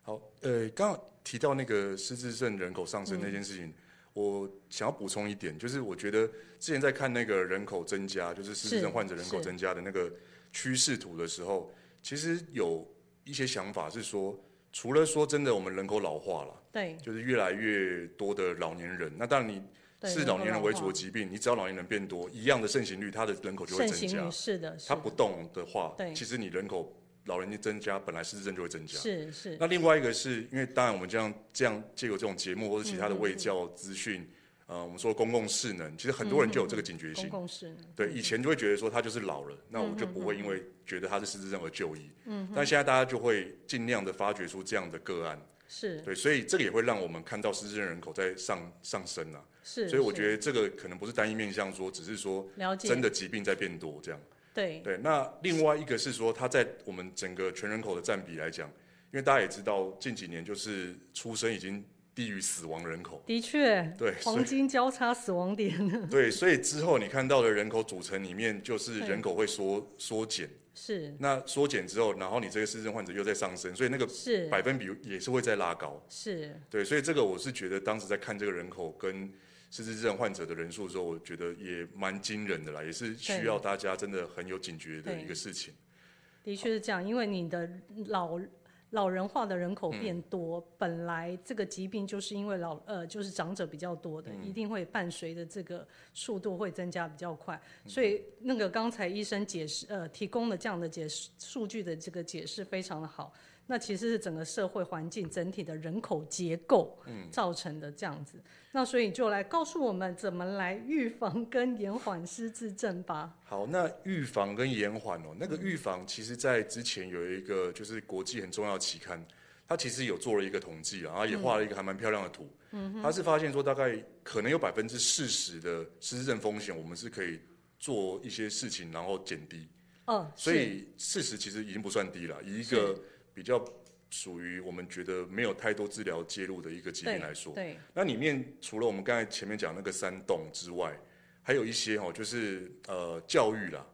[SPEAKER 3] 好，呃，刚刚提到那个失智症人口上升
[SPEAKER 2] 嗯
[SPEAKER 3] 那件事情，我想要补充一点，就是我觉得之前在看那个人口增加，就是失智
[SPEAKER 2] 是
[SPEAKER 3] 症患者人口
[SPEAKER 2] 是
[SPEAKER 3] 增加的那个趋势图的时候，其实有一些想法是说，除了说真的我们人口老化了，
[SPEAKER 2] 对，
[SPEAKER 3] 就是越来越多的老年人，那当然你
[SPEAKER 2] 对
[SPEAKER 3] 视老年人为主
[SPEAKER 2] 化
[SPEAKER 3] 的疾病，你只要老年人变多，一样的盛行率，它的人口就会
[SPEAKER 2] 盛
[SPEAKER 3] 增
[SPEAKER 2] 行
[SPEAKER 3] 加
[SPEAKER 2] 于。是的，是
[SPEAKER 3] 它不动的话，
[SPEAKER 2] 对
[SPEAKER 3] 其实你人口老人一增加，本来失智症就会增加。
[SPEAKER 2] 是是
[SPEAKER 3] 那另外一个是因为，当然我们这样这样借由这种节目或
[SPEAKER 2] 嗯
[SPEAKER 3] 者其他的卫教资讯，呃，我们说公共势能，其实很多人就有这个警觉性。
[SPEAKER 2] 公共事呢，嗯
[SPEAKER 3] 对，以前就会觉得说他就是老了，那我就不会因为觉得他是失智症而就医。嗯，但现在大家就会尽量的发掘出这样的个案，
[SPEAKER 2] 是
[SPEAKER 3] 对，所以这个也会让我们看到失智症人口在上上升啊。
[SPEAKER 2] 是，
[SPEAKER 3] 所以我
[SPEAKER 2] 是
[SPEAKER 3] 觉得这个可能不是单一面向说，只是说
[SPEAKER 2] 了解
[SPEAKER 3] 真，的疾病在变多这样。
[SPEAKER 2] 对
[SPEAKER 3] 对，那另外一个是说，它在我们整个全人口的占比来讲，因为大家也知道，近几年就是出生已经低于死亡人口，
[SPEAKER 2] 的确，
[SPEAKER 3] 对，所
[SPEAKER 2] 黄
[SPEAKER 3] 以
[SPEAKER 2] 金交叉死亡点
[SPEAKER 3] 对，所以之后你看到的人口组成里面，就是
[SPEAKER 2] 对
[SPEAKER 3] 人口会缩缩减，
[SPEAKER 2] 是
[SPEAKER 3] 那缩减之后，然后你这个失智症患者又在上升，所以那个
[SPEAKER 2] 是
[SPEAKER 3] 百分比也是会在拉高。
[SPEAKER 2] 是
[SPEAKER 3] 对，所以这个我是觉得当时在看这个人口跟失智症患者的人数的时候，我觉得也蛮惊人的啦，也是需要大家真的很有警觉的
[SPEAKER 2] 对
[SPEAKER 3] 一个事情。
[SPEAKER 2] 的确是这样，因为你的老老人化的人口
[SPEAKER 3] 嗯
[SPEAKER 2] 变多，本来这个疾病就是因为老呃就是长者比较多
[SPEAKER 3] 嗯
[SPEAKER 2] 的，一定会伴随着这个速度会增加比较快，
[SPEAKER 3] 嗯
[SPEAKER 2] 所以那个刚才医生解释呃提供的这样的解释数据的这个解释非常的好。那其实是整个社会环境整体的人口结构
[SPEAKER 3] 嗯
[SPEAKER 2] 造成的这样子，那所以就来告诉我们怎么来预防跟延缓失智症吧。
[SPEAKER 3] 好，那预防跟延缓哦，那个预防其实在之前有一个就是国际很重要的期刊，它其实有做了一个统计啊，然后也画了一个还蛮漂亮的图。嗯，它是发现说大概可能有百分之四十的失智症风险，我们是可以做一些事情然后减低。
[SPEAKER 2] 嗯，
[SPEAKER 3] 所
[SPEAKER 2] 是
[SPEAKER 3] 以四十其实已经不算低了，以一个比较属于我们觉得没有太多治疗介入的一个疾病
[SPEAKER 2] 对
[SPEAKER 3] 来说，
[SPEAKER 2] 对
[SPEAKER 3] 那里面除了我们刚才前面讲那个三动之外，还有一些哦，就是呃教育啦，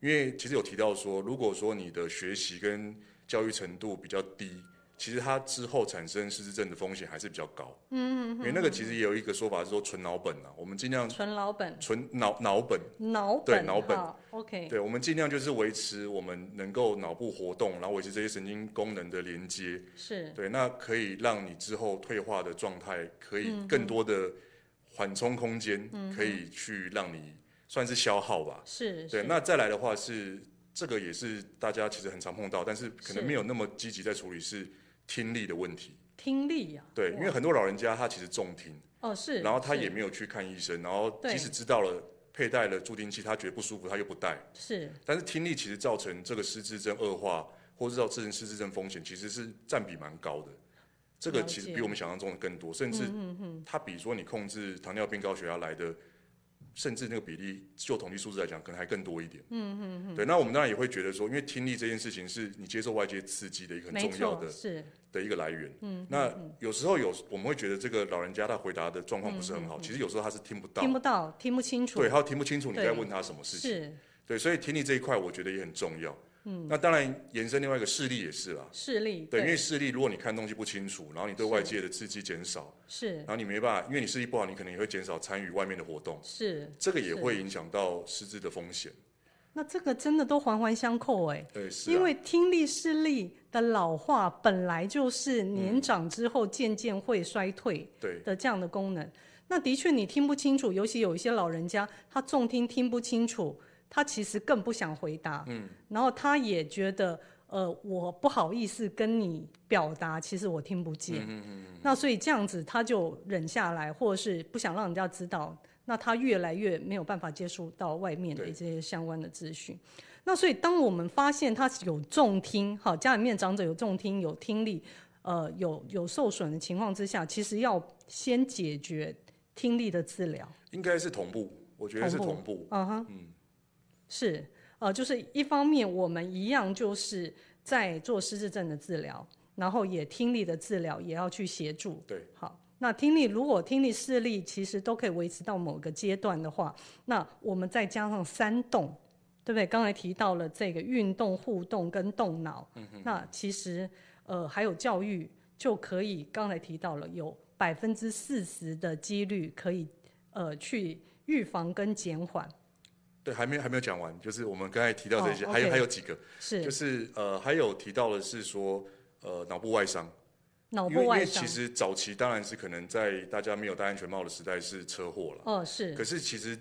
[SPEAKER 3] 因为其实有提到说，如果说你的学习跟教育程度比较低。其实它之后产生失智症的风险还是比较高，嗯因为那个其实也有一个说法是说纯脑本啊，我们尽量
[SPEAKER 2] 纯老本。
[SPEAKER 3] 纯脑脑本，
[SPEAKER 2] 脑
[SPEAKER 3] 对
[SPEAKER 2] 本
[SPEAKER 3] 脑本
[SPEAKER 2] 哈，OK，
[SPEAKER 3] 对，我们尽量就是维持我们能够脑部活动，然后维持这些神经功能的连接。
[SPEAKER 2] 是
[SPEAKER 3] 对，那可以让你之后退化的状态可以更多的缓冲空间，可以去让你算是消耗吧。
[SPEAKER 2] 嗯是，
[SPEAKER 3] 对，
[SPEAKER 2] 是
[SPEAKER 3] 那再来的话是这个也是大家其实很常碰到，但是可
[SPEAKER 2] 是
[SPEAKER 3] 能没有那么积极在处理是听力的问题。
[SPEAKER 2] 听力呀、
[SPEAKER 3] 对，
[SPEAKER 2] 哇
[SPEAKER 3] 因为很多老人家他其实重听，
[SPEAKER 2] 哦是，
[SPEAKER 3] 然后他
[SPEAKER 2] 是
[SPEAKER 3] 也没有去看医生，然后
[SPEAKER 2] 对
[SPEAKER 3] 即使知道了佩戴了助听器，他觉得不舒服，他又不戴。
[SPEAKER 2] 是
[SPEAKER 3] 但是听力其实造成这个失智症恶化，或是造成失智症风险，其实是占比蛮高的。这个
[SPEAKER 2] 了
[SPEAKER 3] 其实
[SPEAKER 2] 解
[SPEAKER 3] 比我们想象中的更多，甚
[SPEAKER 2] 嗯
[SPEAKER 3] 至它比说你控制糖尿病、高血压来的，甚至那个比例，就统计数字来讲，可能还更多一点。嗯嗯嗯。对，那我们当然也会觉得说，因为听力这件事情是你接受外界刺激的一个很
[SPEAKER 2] 没
[SPEAKER 3] 重要
[SPEAKER 2] 错
[SPEAKER 3] 的
[SPEAKER 2] 是
[SPEAKER 3] 的一个来源。嗯。那有时候有我们会觉得这个老人家他回答的状况不
[SPEAKER 2] 嗯
[SPEAKER 3] 是很好，其实有时候他是听不到，
[SPEAKER 2] 听不到听不清楚，
[SPEAKER 3] 对，他听不清楚你在
[SPEAKER 2] 对
[SPEAKER 3] 问他什么事情。
[SPEAKER 2] 是
[SPEAKER 3] 对，所以听力这一块我觉得也很重要。嗯，那当然延伸另外一个视力也是啦。
[SPEAKER 2] 视力
[SPEAKER 3] 对，因为视力，如果你看东西不清楚，然后你对外界的刺激减少，
[SPEAKER 2] 是
[SPEAKER 3] 然后你没办法，因为你视力不好，你可能也会减少参与外面的活动，
[SPEAKER 2] 是，
[SPEAKER 3] 这个也
[SPEAKER 2] 是
[SPEAKER 3] 会影响到失智的风险。
[SPEAKER 2] 那这个真的都环环相扣哎、
[SPEAKER 3] 对，是、啊。
[SPEAKER 2] 因为听力视力的老化本来就是年长之后渐渐会衰退，
[SPEAKER 3] 对
[SPEAKER 2] 的这样的功能。那的确你听不清楚，尤其有一些老人家他重听听不清楚，他其实更不想回答，嗯，然后他也觉得，呃，我不好意思跟你表达，其实我听不见，嗯嗯嗯，那所以这样子他就忍下来，或者是不想让人家知道，那他越来越没有办法接触到外面的
[SPEAKER 3] 对
[SPEAKER 2] 这些相关的资讯。那所以当我们发现他有重听，好，家里面长者有重听、有听力，呃，有有受损的情况之下，其实要先解决听力的治疗。
[SPEAKER 3] 应该是同步，我觉得是同步。
[SPEAKER 2] 嗯哼，是，呃，就是一方面我们一样就是在做失智症的治疗，然后也听力的治疗也要去协助。
[SPEAKER 3] 对，
[SPEAKER 2] 好，那听力如果听力视力其实都可以维持到某个阶段的话，那我们再加上三动，对不对？刚才提到了这个运动、互动跟动脑，那其实呃还有教育就可以，刚才提到了有百分之四十的几率可以呃去预防跟减缓，
[SPEAKER 3] 对，还没有还没有讲完，就是我们刚才提到这些，
[SPEAKER 2] 哦
[SPEAKER 3] 还有
[SPEAKER 2] OK
[SPEAKER 3] 还有几个，
[SPEAKER 2] 是、
[SPEAKER 3] 就是呃，还有提到的是说，呃，脑部外伤，
[SPEAKER 2] 脑
[SPEAKER 3] 因为
[SPEAKER 2] 部
[SPEAKER 3] 因
[SPEAKER 2] 外
[SPEAKER 3] 为
[SPEAKER 2] 伤
[SPEAKER 3] 其。实早期当然是可能在大家没有戴安全帽的时代是车祸了，
[SPEAKER 2] 哦，是
[SPEAKER 3] 可是其实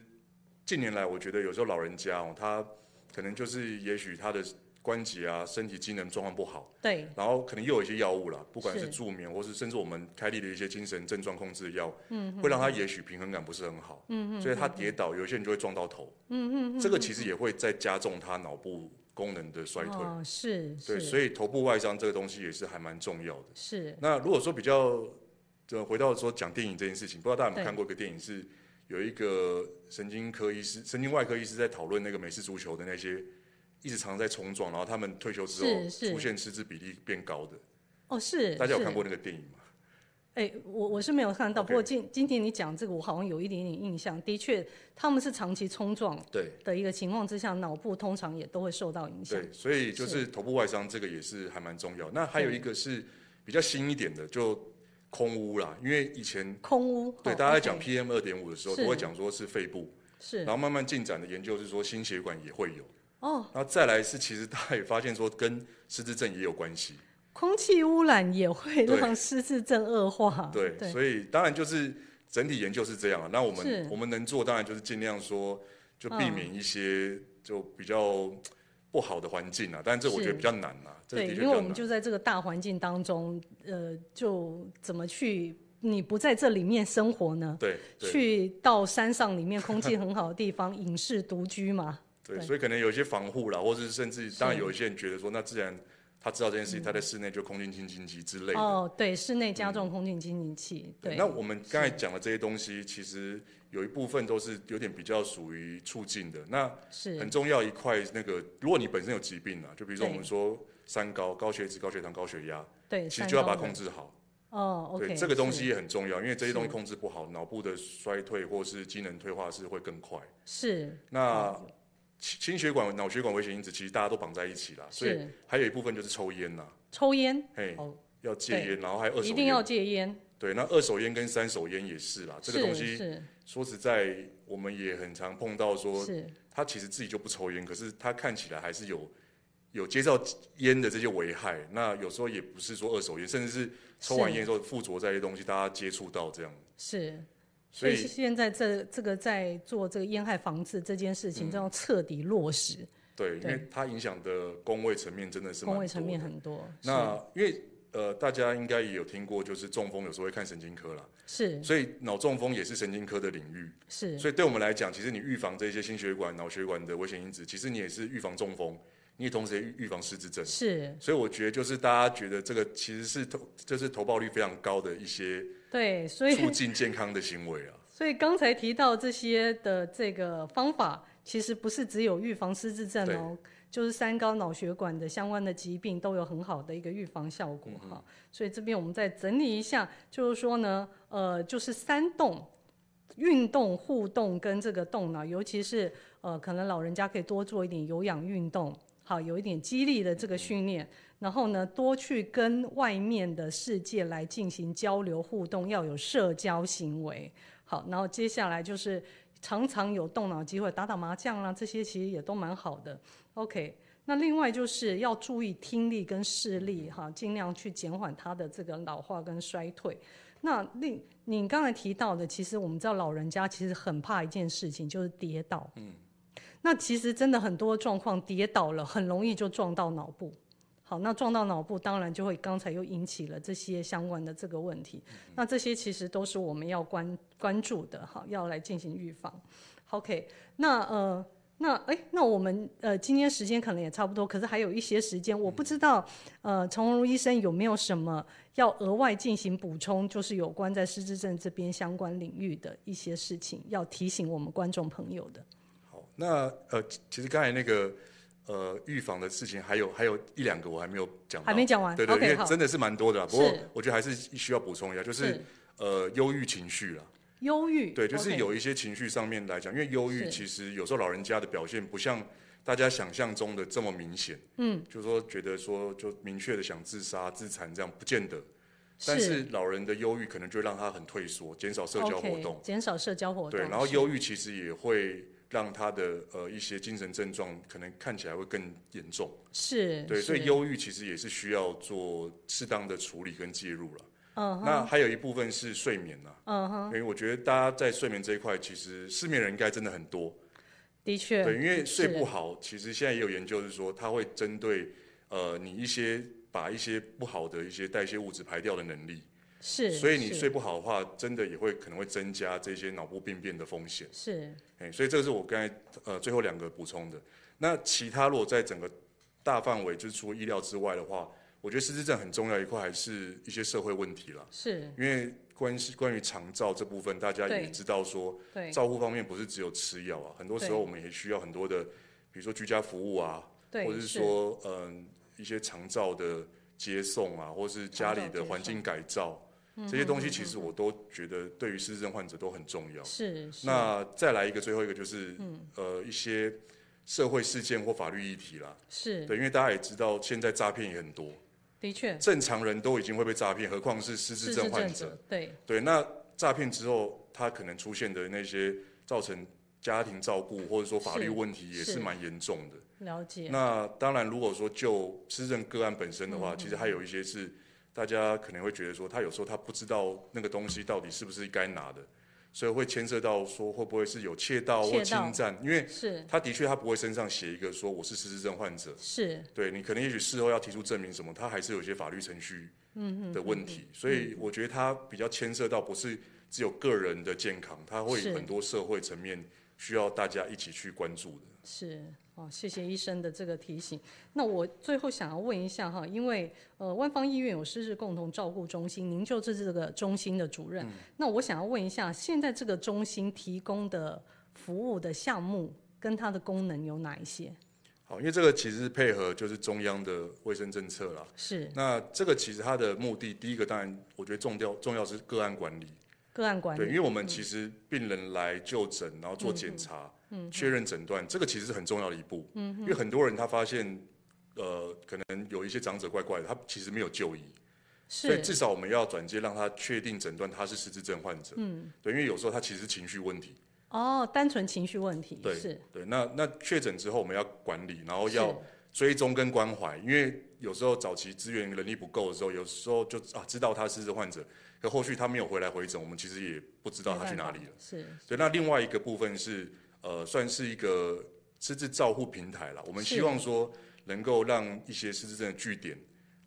[SPEAKER 3] 近年来，我觉得有时候老人家哦，他可能就是也许他的关节啊、身体机能状况不好，
[SPEAKER 2] 对，
[SPEAKER 3] 然后可能又有一些药物啦，不管是
[SPEAKER 2] 是
[SPEAKER 3] 助眠或是甚至我们开立的一些精神症状控制的药，嗯，会让他也许平衡感不是很好，嗯所以他跌倒，有一些人就会撞到头，嗯嗯，这个其实也会再加重他脑部功能的衰退，
[SPEAKER 2] 哦，是是
[SPEAKER 3] 对，所以头部外伤这个东西也是还蛮重要的。
[SPEAKER 2] 是
[SPEAKER 3] 那如果说比较，就回到说讲电影这件事情，不知道大家有没
[SPEAKER 2] 对
[SPEAKER 3] 有看过一个电影是。有一个神经科医师、神经外科医师在讨论那个美式足球的那些一直常常在冲撞，然后他们退休之后
[SPEAKER 2] 是是
[SPEAKER 3] 出现失智比例变高的，
[SPEAKER 2] 哦，是
[SPEAKER 3] 大家有
[SPEAKER 2] 是
[SPEAKER 3] 看过那个电影吗？
[SPEAKER 2] 哎，我我是没有看到，
[SPEAKER 3] OK
[SPEAKER 2] 不过今今天你讲这个，我好像有一点点印象。的确，他们是长期冲撞
[SPEAKER 3] 对
[SPEAKER 2] 的一个情况之下，脑部通常也都会受到影响。
[SPEAKER 3] 对，所以就是头部外伤这个也是还蛮重要。那还有一个是比较新一点的，就空污啦，因为以前
[SPEAKER 2] 空屋
[SPEAKER 3] 对
[SPEAKER 2] 哦
[SPEAKER 3] 大家在讲
[SPEAKER 2] OK，
[SPEAKER 3] PM 二点五的时候，
[SPEAKER 2] 是
[SPEAKER 3] 都会讲说是肺部，然
[SPEAKER 2] 是
[SPEAKER 3] 后慢慢进展的研究是说心血管也会有，
[SPEAKER 2] 哦，
[SPEAKER 3] 然后再来是其实大家也发现说跟失智症也有关系。
[SPEAKER 2] 空气污染也会
[SPEAKER 3] 对
[SPEAKER 2] 让失智症恶化。
[SPEAKER 3] 对，所以当然就是整体研究是这样啊。那我
[SPEAKER 2] 是
[SPEAKER 3] 们我们能做，当然就是尽量说，就避免一些就比较不好的环境啊。但这我觉得
[SPEAKER 2] 是
[SPEAKER 3] 比较难啊，这的
[SPEAKER 2] 对，
[SPEAKER 3] 确比
[SPEAKER 2] 因为
[SPEAKER 3] 较
[SPEAKER 2] 我们
[SPEAKER 3] 难。
[SPEAKER 2] 就在这个大环境当中，呃，就怎么去？你不在这里面生活呢？
[SPEAKER 3] 对对
[SPEAKER 2] 去到山上里面空气很好的地方，隐士独居 嘛。
[SPEAKER 3] 对，
[SPEAKER 2] 对
[SPEAKER 3] 所以可能有一些防护啦，或者是甚至当然
[SPEAKER 2] 是嗯
[SPEAKER 3] 有一些人觉得说，那自然他知道这件事情，他在室内就空气清新机之类的。
[SPEAKER 2] 哦，对，室内加重空气清新器，对，
[SPEAKER 3] 嗯那我们刚才讲的这些东西，其实有一部分都是有点比较属于促进的。那
[SPEAKER 2] 是
[SPEAKER 3] 很重要一块，那个如果你本身有疾病啊，就比如说
[SPEAKER 2] 对
[SPEAKER 3] 我们说三高、高血脂、高血糖、高血压，
[SPEAKER 2] 对，
[SPEAKER 3] 其实
[SPEAKER 2] 三
[SPEAKER 3] 就要
[SPEAKER 2] 高
[SPEAKER 3] 把它
[SPEAKER 2] 的
[SPEAKER 3] 控制好。
[SPEAKER 2] 哦，OK，
[SPEAKER 3] 对，这个东
[SPEAKER 2] 是
[SPEAKER 3] 西也很重要，因为这些东西
[SPEAKER 2] 是
[SPEAKER 3] 控制不好，脑部的衰退或是机能退化是会更快。
[SPEAKER 2] 是
[SPEAKER 3] 那心心血管、脑血管危险因子其实大家都绑在一起啦，所以
[SPEAKER 2] 是
[SPEAKER 3] 还有一部分就是抽烟呐、
[SPEAKER 2] 抽烟，
[SPEAKER 3] 嘿，
[SPEAKER 2] 哦，
[SPEAKER 3] 要戒
[SPEAKER 2] 对
[SPEAKER 3] 烟，然后还有二手
[SPEAKER 2] 一
[SPEAKER 3] 烟，
[SPEAKER 2] 定要戒烟，
[SPEAKER 3] 对，那二手烟跟三手烟也是啊啦，这个
[SPEAKER 2] 是
[SPEAKER 3] 东西
[SPEAKER 2] 是
[SPEAKER 3] 说实在，我们也很常碰到说，
[SPEAKER 2] 是
[SPEAKER 3] 他其实自己就不抽烟，可是他看起来还是有有接到烟的这些危害。那有时候也不是说二手烟，甚至是抽完
[SPEAKER 2] 是
[SPEAKER 3] 烟之后附着在一些东西，大家接触到这样，
[SPEAKER 2] 是，
[SPEAKER 3] 所
[SPEAKER 2] 所以
[SPEAKER 3] 以
[SPEAKER 2] 现在这这个在做这个烟害防治这件事
[SPEAKER 3] 嗯
[SPEAKER 2] 情，这要彻底落实，
[SPEAKER 3] 对，因
[SPEAKER 2] 对
[SPEAKER 3] 为它影响的工位层面真的是
[SPEAKER 2] 工
[SPEAKER 3] 蛮多
[SPEAKER 2] 位
[SPEAKER 3] 的。
[SPEAKER 2] 层面很多，
[SPEAKER 3] 那因为呃，大家应该也有听过，就是中风有时候会看神经科啦，
[SPEAKER 2] 是
[SPEAKER 3] 所以脑中风也是神经科的领域。
[SPEAKER 2] 是是
[SPEAKER 3] 所以对我们来讲，其实你预防这些心血管、脑血管的危险因子，其实你也是预防中风，你也同时也预预防失智症。
[SPEAKER 2] 是，
[SPEAKER 3] 所以我觉得就是大家觉得这个其实是投，就是投报率非常高的一些
[SPEAKER 2] 对，所以
[SPEAKER 3] 促进健康的行为啊。
[SPEAKER 2] 所以刚才提到这些的这个方法，其实不是只有预防失智症哦，就是三高、脑血管的相关的疾病都有很好的一个预防效果哈、所以这边我们再整理一下，就是说呢，呃，就是三动。运动、互动跟这个动脑，尤其是呃，可能老人家可以多做一点有氧运动，好，有一点激励的这个训练，然后呢，多去跟外面的世界来进行交流互动，要有社交行为。好，然后接下来就是常常有动脑机会，打打麻将啊啦、这些其实也都蛮好的。OK，那另外就是要注意听力跟视力哈，尽量去减缓他的这个老化跟衰退。那另你刚才提到的，其实我们知道老人家其实很怕一件事情，就是跌倒。嗯，那其实真的很多状况跌倒了，很容易就撞到脑部。好，那撞到脑部，当然就会刚才又引起了这些相关的这个问
[SPEAKER 3] 嗯
[SPEAKER 2] 题。那这些其实都是我们要关关注的，哈，要来进行预防。OK，那呃，那哎，那我们呃，今天时间可能也差不多，可是还有一些时间，我不
[SPEAKER 3] 嗯
[SPEAKER 2] 知道呃，陈鸿儒医生有没有什么要额外进行补充，就是有关在失智症这边相关领域的一些事情，要提醒我们观众朋友的。
[SPEAKER 3] 好，那呃，其其实刚才那个呃预防的事情，还有还有一两个我还没有讲到，
[SPEAKER 2] 还没讲完
[SPEAKER 3] 对对
[SPEAKER 2] OK，
[SPEAKER 3] 因
[SPEAKER 2] 好
[SPEAKER 3] 为真的是蛮多的啦。不过
[SPEAKER 2] 是
[SPEAKER 3] 我觉得还是需要补充一下，就是
[SPEAKER 2] 是
[SPEAKER 3] 呃忧郁情绪啦，
[SPEAKER 2] 忧郁，
[SPEAKER 3] 对，就是
[SPEAKER 2] OK
[SPEAKER 3] 有一些情绪上面来讲，因为忧郁
[SPEAKER 2] 是
[SPEAKER 3] 其实有时候老人家的表现不像大家想象中的这么明显，嗯，就是说觉得说就明确的想自杀、自残这样，不见得。但
[SPEAKER 2] 是
[SPEAKER 3] 是老人的忧郁可能就会让他很退缩，减少社交活动
[SPEAKER 2] OK，减少社交活动。
[SPEAKER 3] 对，然后
[SPEAKER 2] 是
[SPEAKER 3] 忧郁其实也会让他的呃一些精神症状可能看起来会更严重，
[SPEAKER 2] 是，
[SPEAKER 3] 对，所以
[SPEAKER 2] 是，
[SPEAKER 3] 忧郁其实也是需要做适当的处理跟介入了。
[SPEAKER 2] 嗯哼，
[SPEAKER 3] 那还有一部分是睡眠呐、
[SPEAKER 2] 嗯哼，
[SPEAKER 3] 因为我觉得大家在睡眠这一块，其实失眠人应该真的很多，
[SPEAKER 2] 的确，
[SPEAKER 3] 对，因为
[SPEAKER 2] 是
[SPEAKER 3] 睡不好，其实现在也有研究是说，它会针对呃你一些把一些不好的一些代谢物质排掉的能力，
[SPEAKER 2] 是，
[SPEAKER 3] 所以你
[SPEAKER 2] 是
[SPEAKER 3] 睡不好的话，真的也会可能会增加这些脑部病变的风险。
[SPEAKER 2] 是
[SPEAKER 3] 哎，所以这个是我刚才呃最后两个补充的。那其他如果在整个大范围就是除了医疗之外的话，我觉得失智症很重要一块还是一些社会问题啦，
[SPEAKER 2] 是，
[SPEAKER 3] 因为关系关于长照这部分，大家
[SPEAKER 2] 对
[SPEAKER 3] 也知道说
[SPEAKER 2] 对
[SPEAKER 3] 照护方面不是只有吃药啊，很多时候我们也需要很多的，比如说居家服务啊，
[SPEAKER 2] 对，
[SPEAKER 3] 或者是说嗯、一些长照的接送啊，或是家里
[SPEAKER 2] 长照接
[SPEAKER 3] 的
[SPEAKER 2] 送嗯
[SPEAKER 3] 环境改造。这些东西其实我都觉得对于失智症患者都很重要。
[SPEAKER 2] 是嗯是
[SPEAKER 3] 那再来一个，最后一个就是、呃一些社会事件或法律议题啦。
[SPEAKER 2] 是
[SPEAKER 3] 对，因为大家也知道，现在诈骗也很多，
[SPEAKER 2] 的确
[SPEAKER 3] 正常人都已经会被诈骗，何况是失智
[SPEAKER 2] 是
[SPEAKER 3] 症
[SPEAKER 2] 症
[SPEAKER 3] 患者？
[SPEAKER 2] 者，对
[SPEAKER 3] 对，那诈骗之后，他可能出现的那些造成家庭照顾或者说法律
[SPEAKER 2] 是
[SPEAKER 3] 问题也
[SPEAKER 2] 是
[SPEAKER 3] 是蛮严重的。
[SPEAKER 2] 了解
[SPEAKER 3] 那当然，如果说就失政个案本身
[SPEAKER 2] 嗯
[SPEAKER 3] 的话，其实还有一些是大家可能会觉得说，他有时候他不知道那个东西到底是不是该拿的，所以会牵涉到说会不会是有窃盗
[SPEAKER 2] 窃
[SPEAKER 3] 或
[SPEAKER 2] 盗
[SPEAKER 3] 侵占，因为
[SPEAKER 2] 是
[SPEAKER 3] 他的确他不会身上写一个说我是失智症患者，
[SPEAKER 2] 是
[SPEAKER 3] 对你可能也许事后要提出证明什么，他还是有一些法律程序
[SPEAKER 2] 嗯
[SPEAKER 3] 的问题，所以我觉得他比较牵涉到不是只有个人的健康，他会
[SPEAKER 2] 是
[SPEAKER 3] 有很多社会层面需要大家一起去关注的。
[SPEAKER 2] 是哦，谢谢医生的这个提醒。那我最后想要问一下哈，因为呃，万方医院有失智共同照顾中心，您就是这个中心的主
[SPEAKER 3] 嗯
[SPEAKER 2] 任。那我想要问一下，现在这个中心提供的服务的项目跟它的功能有哪一些？
[SPEAKER 3] 好，因为这个其实是配合就是中央的卫生政策啦。
[SPEAKER 2] 是
[SPEAKER 3] 那这个其实它的目的，第一个当然我觉得重要重要是个案管理，
[SPEAKER 2] 个案管
[SPEAKER 3] 对，因
[SPEAKER 2] 理，嗯
[SPEAKER 3] 为我们其实病人来就诊，然后做检查，
[SPEAKER 2] 嗯
[SPEAKER 3] 确认诊断，这个其实是很重要的一步，因为很多人他发现，呃，可能有一些长者怪怪的，他其实没有就医，所以
[SPEAKER 2] 是
[SPEAKER 3] 至少我们要转接，让他确定诊断他是失智症患者，嗯，对，因为有时候他其实是情绪问题，
[SPEAKER 2] 哦，单纯情绪问题，
[SPEAKER 3] 对
[SPEAKER 2] 是
[SPEAKER 3] 对，那那确诊之后我们要管理，然后要
[SPEAKER 2] 是
[SPEAKER 3] 追踪跟关怀，因为有时候早期资源能力不够的时候，有时候就啊知道他是患者，可后续他没有回来回诊，我们其实也不知道他去哪里了。
[SPEAKER 2] 是
[SPEAKER 3] 对，那另外一个部分是呃，算是一个失智照护平台啦，我们
[SPEAKER 2] 是
[SPEAKER 3] 希望说能够让一些失智症的据点，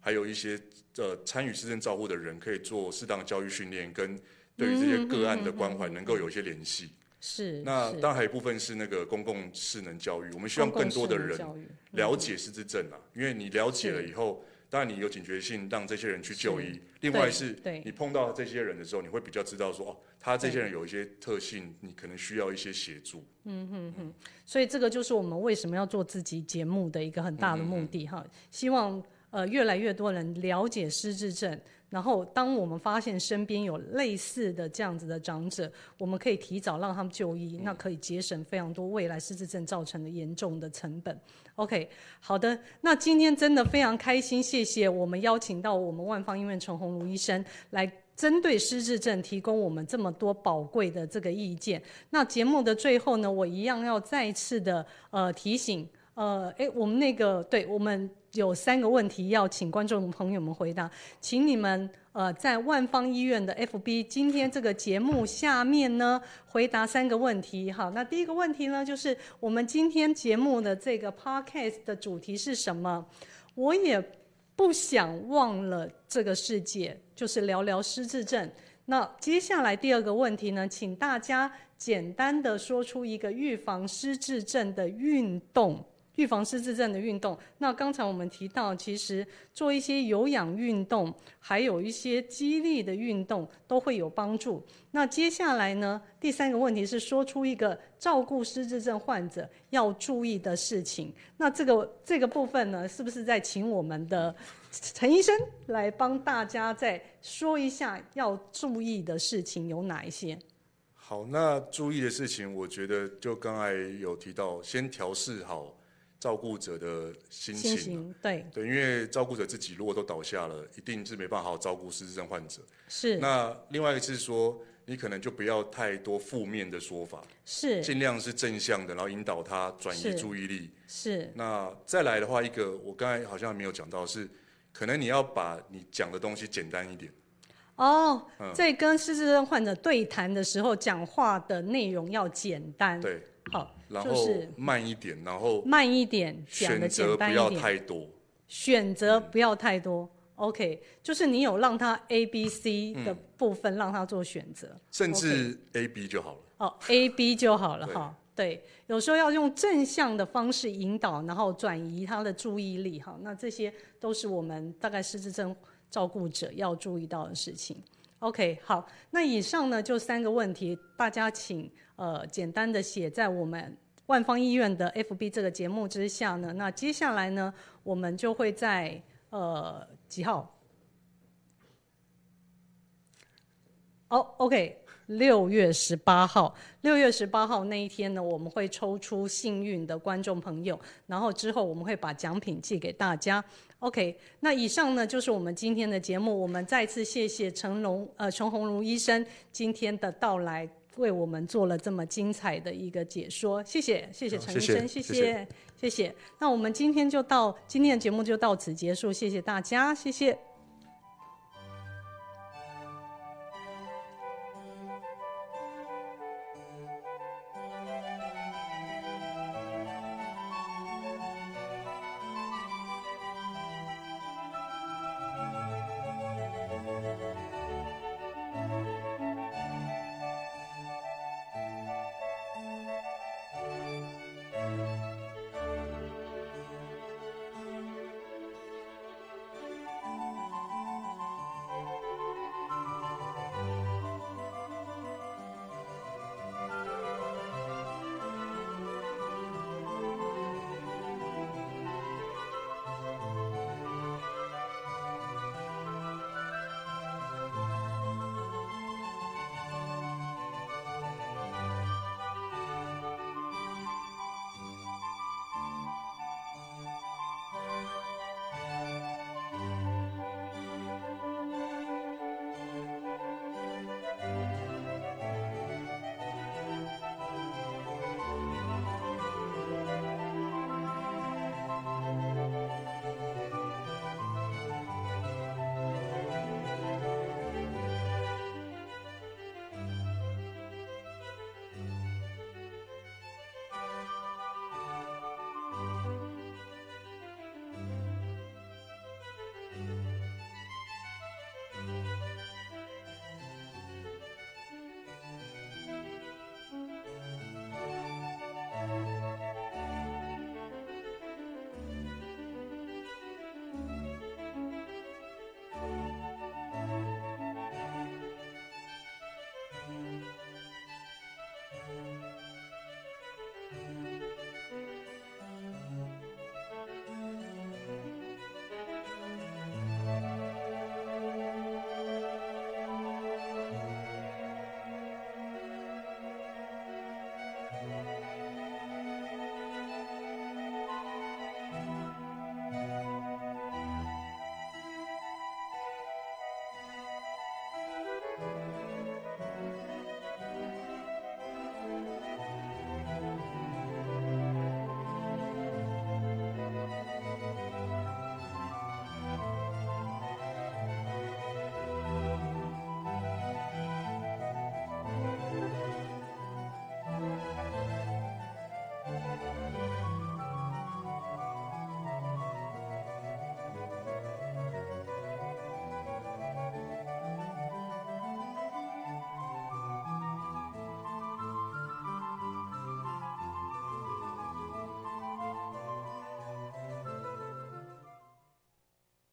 [SPEAKER 3] 还有一些呃参与失智照护的人，可以做适当的教育训练跟。对于这
[SPEAKER 2] 嗯
[SPEAKER 3] 些个案的关怀，能够有一些联系。
[SPEAKER 2] 是，
[SPEAKER 3] 那
[SPEAKER 2] 是
[SPEAKER 3] 当然还有一部分是那个公共势能教育，我们希望
[SPEAKER 2] 公
[SPEAKER 3] 更
[SPEAKER 2] 共性
[SPEAKER 3] 多的
[SPEAKER 2] 的
[SPEAKER 3] 人
[SPEAKER 2] 教育嗯
[SPEAKER 3] 了解失智症啊，因为你了解了
[SPEAKER 2] 是
[SPEAKER 3] 以后，当然你有警觉性，让这些人去就是医。另外
[SPEAKER 2] 对
[SPEAKER 3] 是
[SPEAKER 2] 对，
[SPEAKER 3] 你碰到这些人的时候，你会比较知道说，哦，他这些
[SPEAKER 2] 对
[SPEAKER 3] 人有一些特性，你可能需要一些协助。
[SPEAKER 2] 所以这个就是我们为什么要做自己节目的一个很大的目的哈，希望呃越来越多人了解失智症，然后当我们发现身边有类似的这样子的长者，我们可以提早让他们就医，那可以节省非常多未来失智症造成的严重的成本。OK，好的，那今天真的非常开心，谢谢我们邀请到我们万方医院陈鸿儒医生来。针对失智症提供我们这么多宝贵的这个意见。那节目的最后呢，我一样要再次的呃提醒。呃，哎，我们那个，对我们有三个问题要请观众朋友们回答，请你们呃在万方医院的 FB 今天这个节目下面呢回答三个问题。好，那第一个问题呢，就是我们今天节目的这个 Podcast 的主题是什么？我也不想忘了这个世界，就是聊聊失智症。那接下来第二个问题呢，请大家简单的说出一个预防失智症的运动。预防失智症的运动。那刚才我们提到，其实做一些有氧运动，还有一些激励的运动都会有帮助。那接下来呢，第三个问题是说出一个照顾失智症患者要注意的事情。那这个这个部分呢，是不是在请我们的陈医生来帮大家再说一下要注意的事情有哪一些？
[SPEAKER 3] 好，那注意的事情，我觉得就刚才有提到，先调试好照顾者的心情。
[SPEAKER 2] 心情对
[SPEAKER 3] 对，因为照顾者自己如果都倒下了，一定是没办法好好照顾失智症患者。
[SPEAKER 2] 是
[SPEAKER 3] 那另外一个是说，你可能就不要太多负面的说法，
[SPEAKER 2] 是
[SPEAKER 3] 尽量是正向的，然后引导他转移
[SPEAKER 2] 是
[SPEAKER 3] 注意力。
[SPEAKER 2] 是
[SPEAKER 3] 那再来的话，一个我刚才好像没有讲到是，可能你要把你讲的东西简单一点。
[SPEAKER 2] 哦，
[SPEAKER 3] 嗯
[SPEAKER 2] 在跟失智症患者对谈的时候，讲话的内容要简单，
[SPEAKER 3] 对，
[SPEAKER 2] 好，
[SPEAKER 3] 然
[SPEAKER 2] 就
[SPEAKER 3] 后
[SPEAKER 2] 是
[SPEAKER 3] 慢一点，然后
[SPEAKER 2] 慢一点，讲的
[SPEAKER 3] 选
[SPEAKER 2] 简
[SPEAKER 3] 择不
[SPEAKER 2] 单
[SPEAKER 3] 要
[SPEAKER 2] 一点，
[SPEAKER 3] 太嗯多。
[SPEAKER 2] 选择不要太多。OK，就是你有让他 A、B、C
[SPEAKER 3] 嗯
[SPEAKER 2] 的部分让他做选择，
[SPEAKER 3] 甚至 A B 就好了。
[SPEAKER 2] 哦，A、B 就好了
[SPEAKER 3] 对
[SPEAKER 2] 哈。对，有时候要用正向的方式引导，然后转移他的注意力哈。那这些都是我们大概失智症照顾者要注意到的事情。OK，好，那以上呢就三个问题，大家请呃简单的写在我们万方医院的 FB 这个节目之下呢。那接下来呢，我们就会在呃几号？哦、o k 六月十八号，六月十八号那一天呢，我们会抽出幸运的观众朋友，然后之后我们会把奖品寄给大家。OK，那以上呢就是我们今天的节目，我们再次谢谢陈龙呃陈鸿儒医生今天的到来，为我们做了这么精彩的一个解说，谢谢谢谢
[SPEAKER 3] 好
[SPEAKER 2] 陈医
[SPEAKER 3] 谢谢
[SPEAKER 2] 生，谢
[SPEAKER 3] 谢
[SPEAKER 2] 谢谢谢。那我们今天就到今天的节目就到此结束，谢谢大家，谢谢。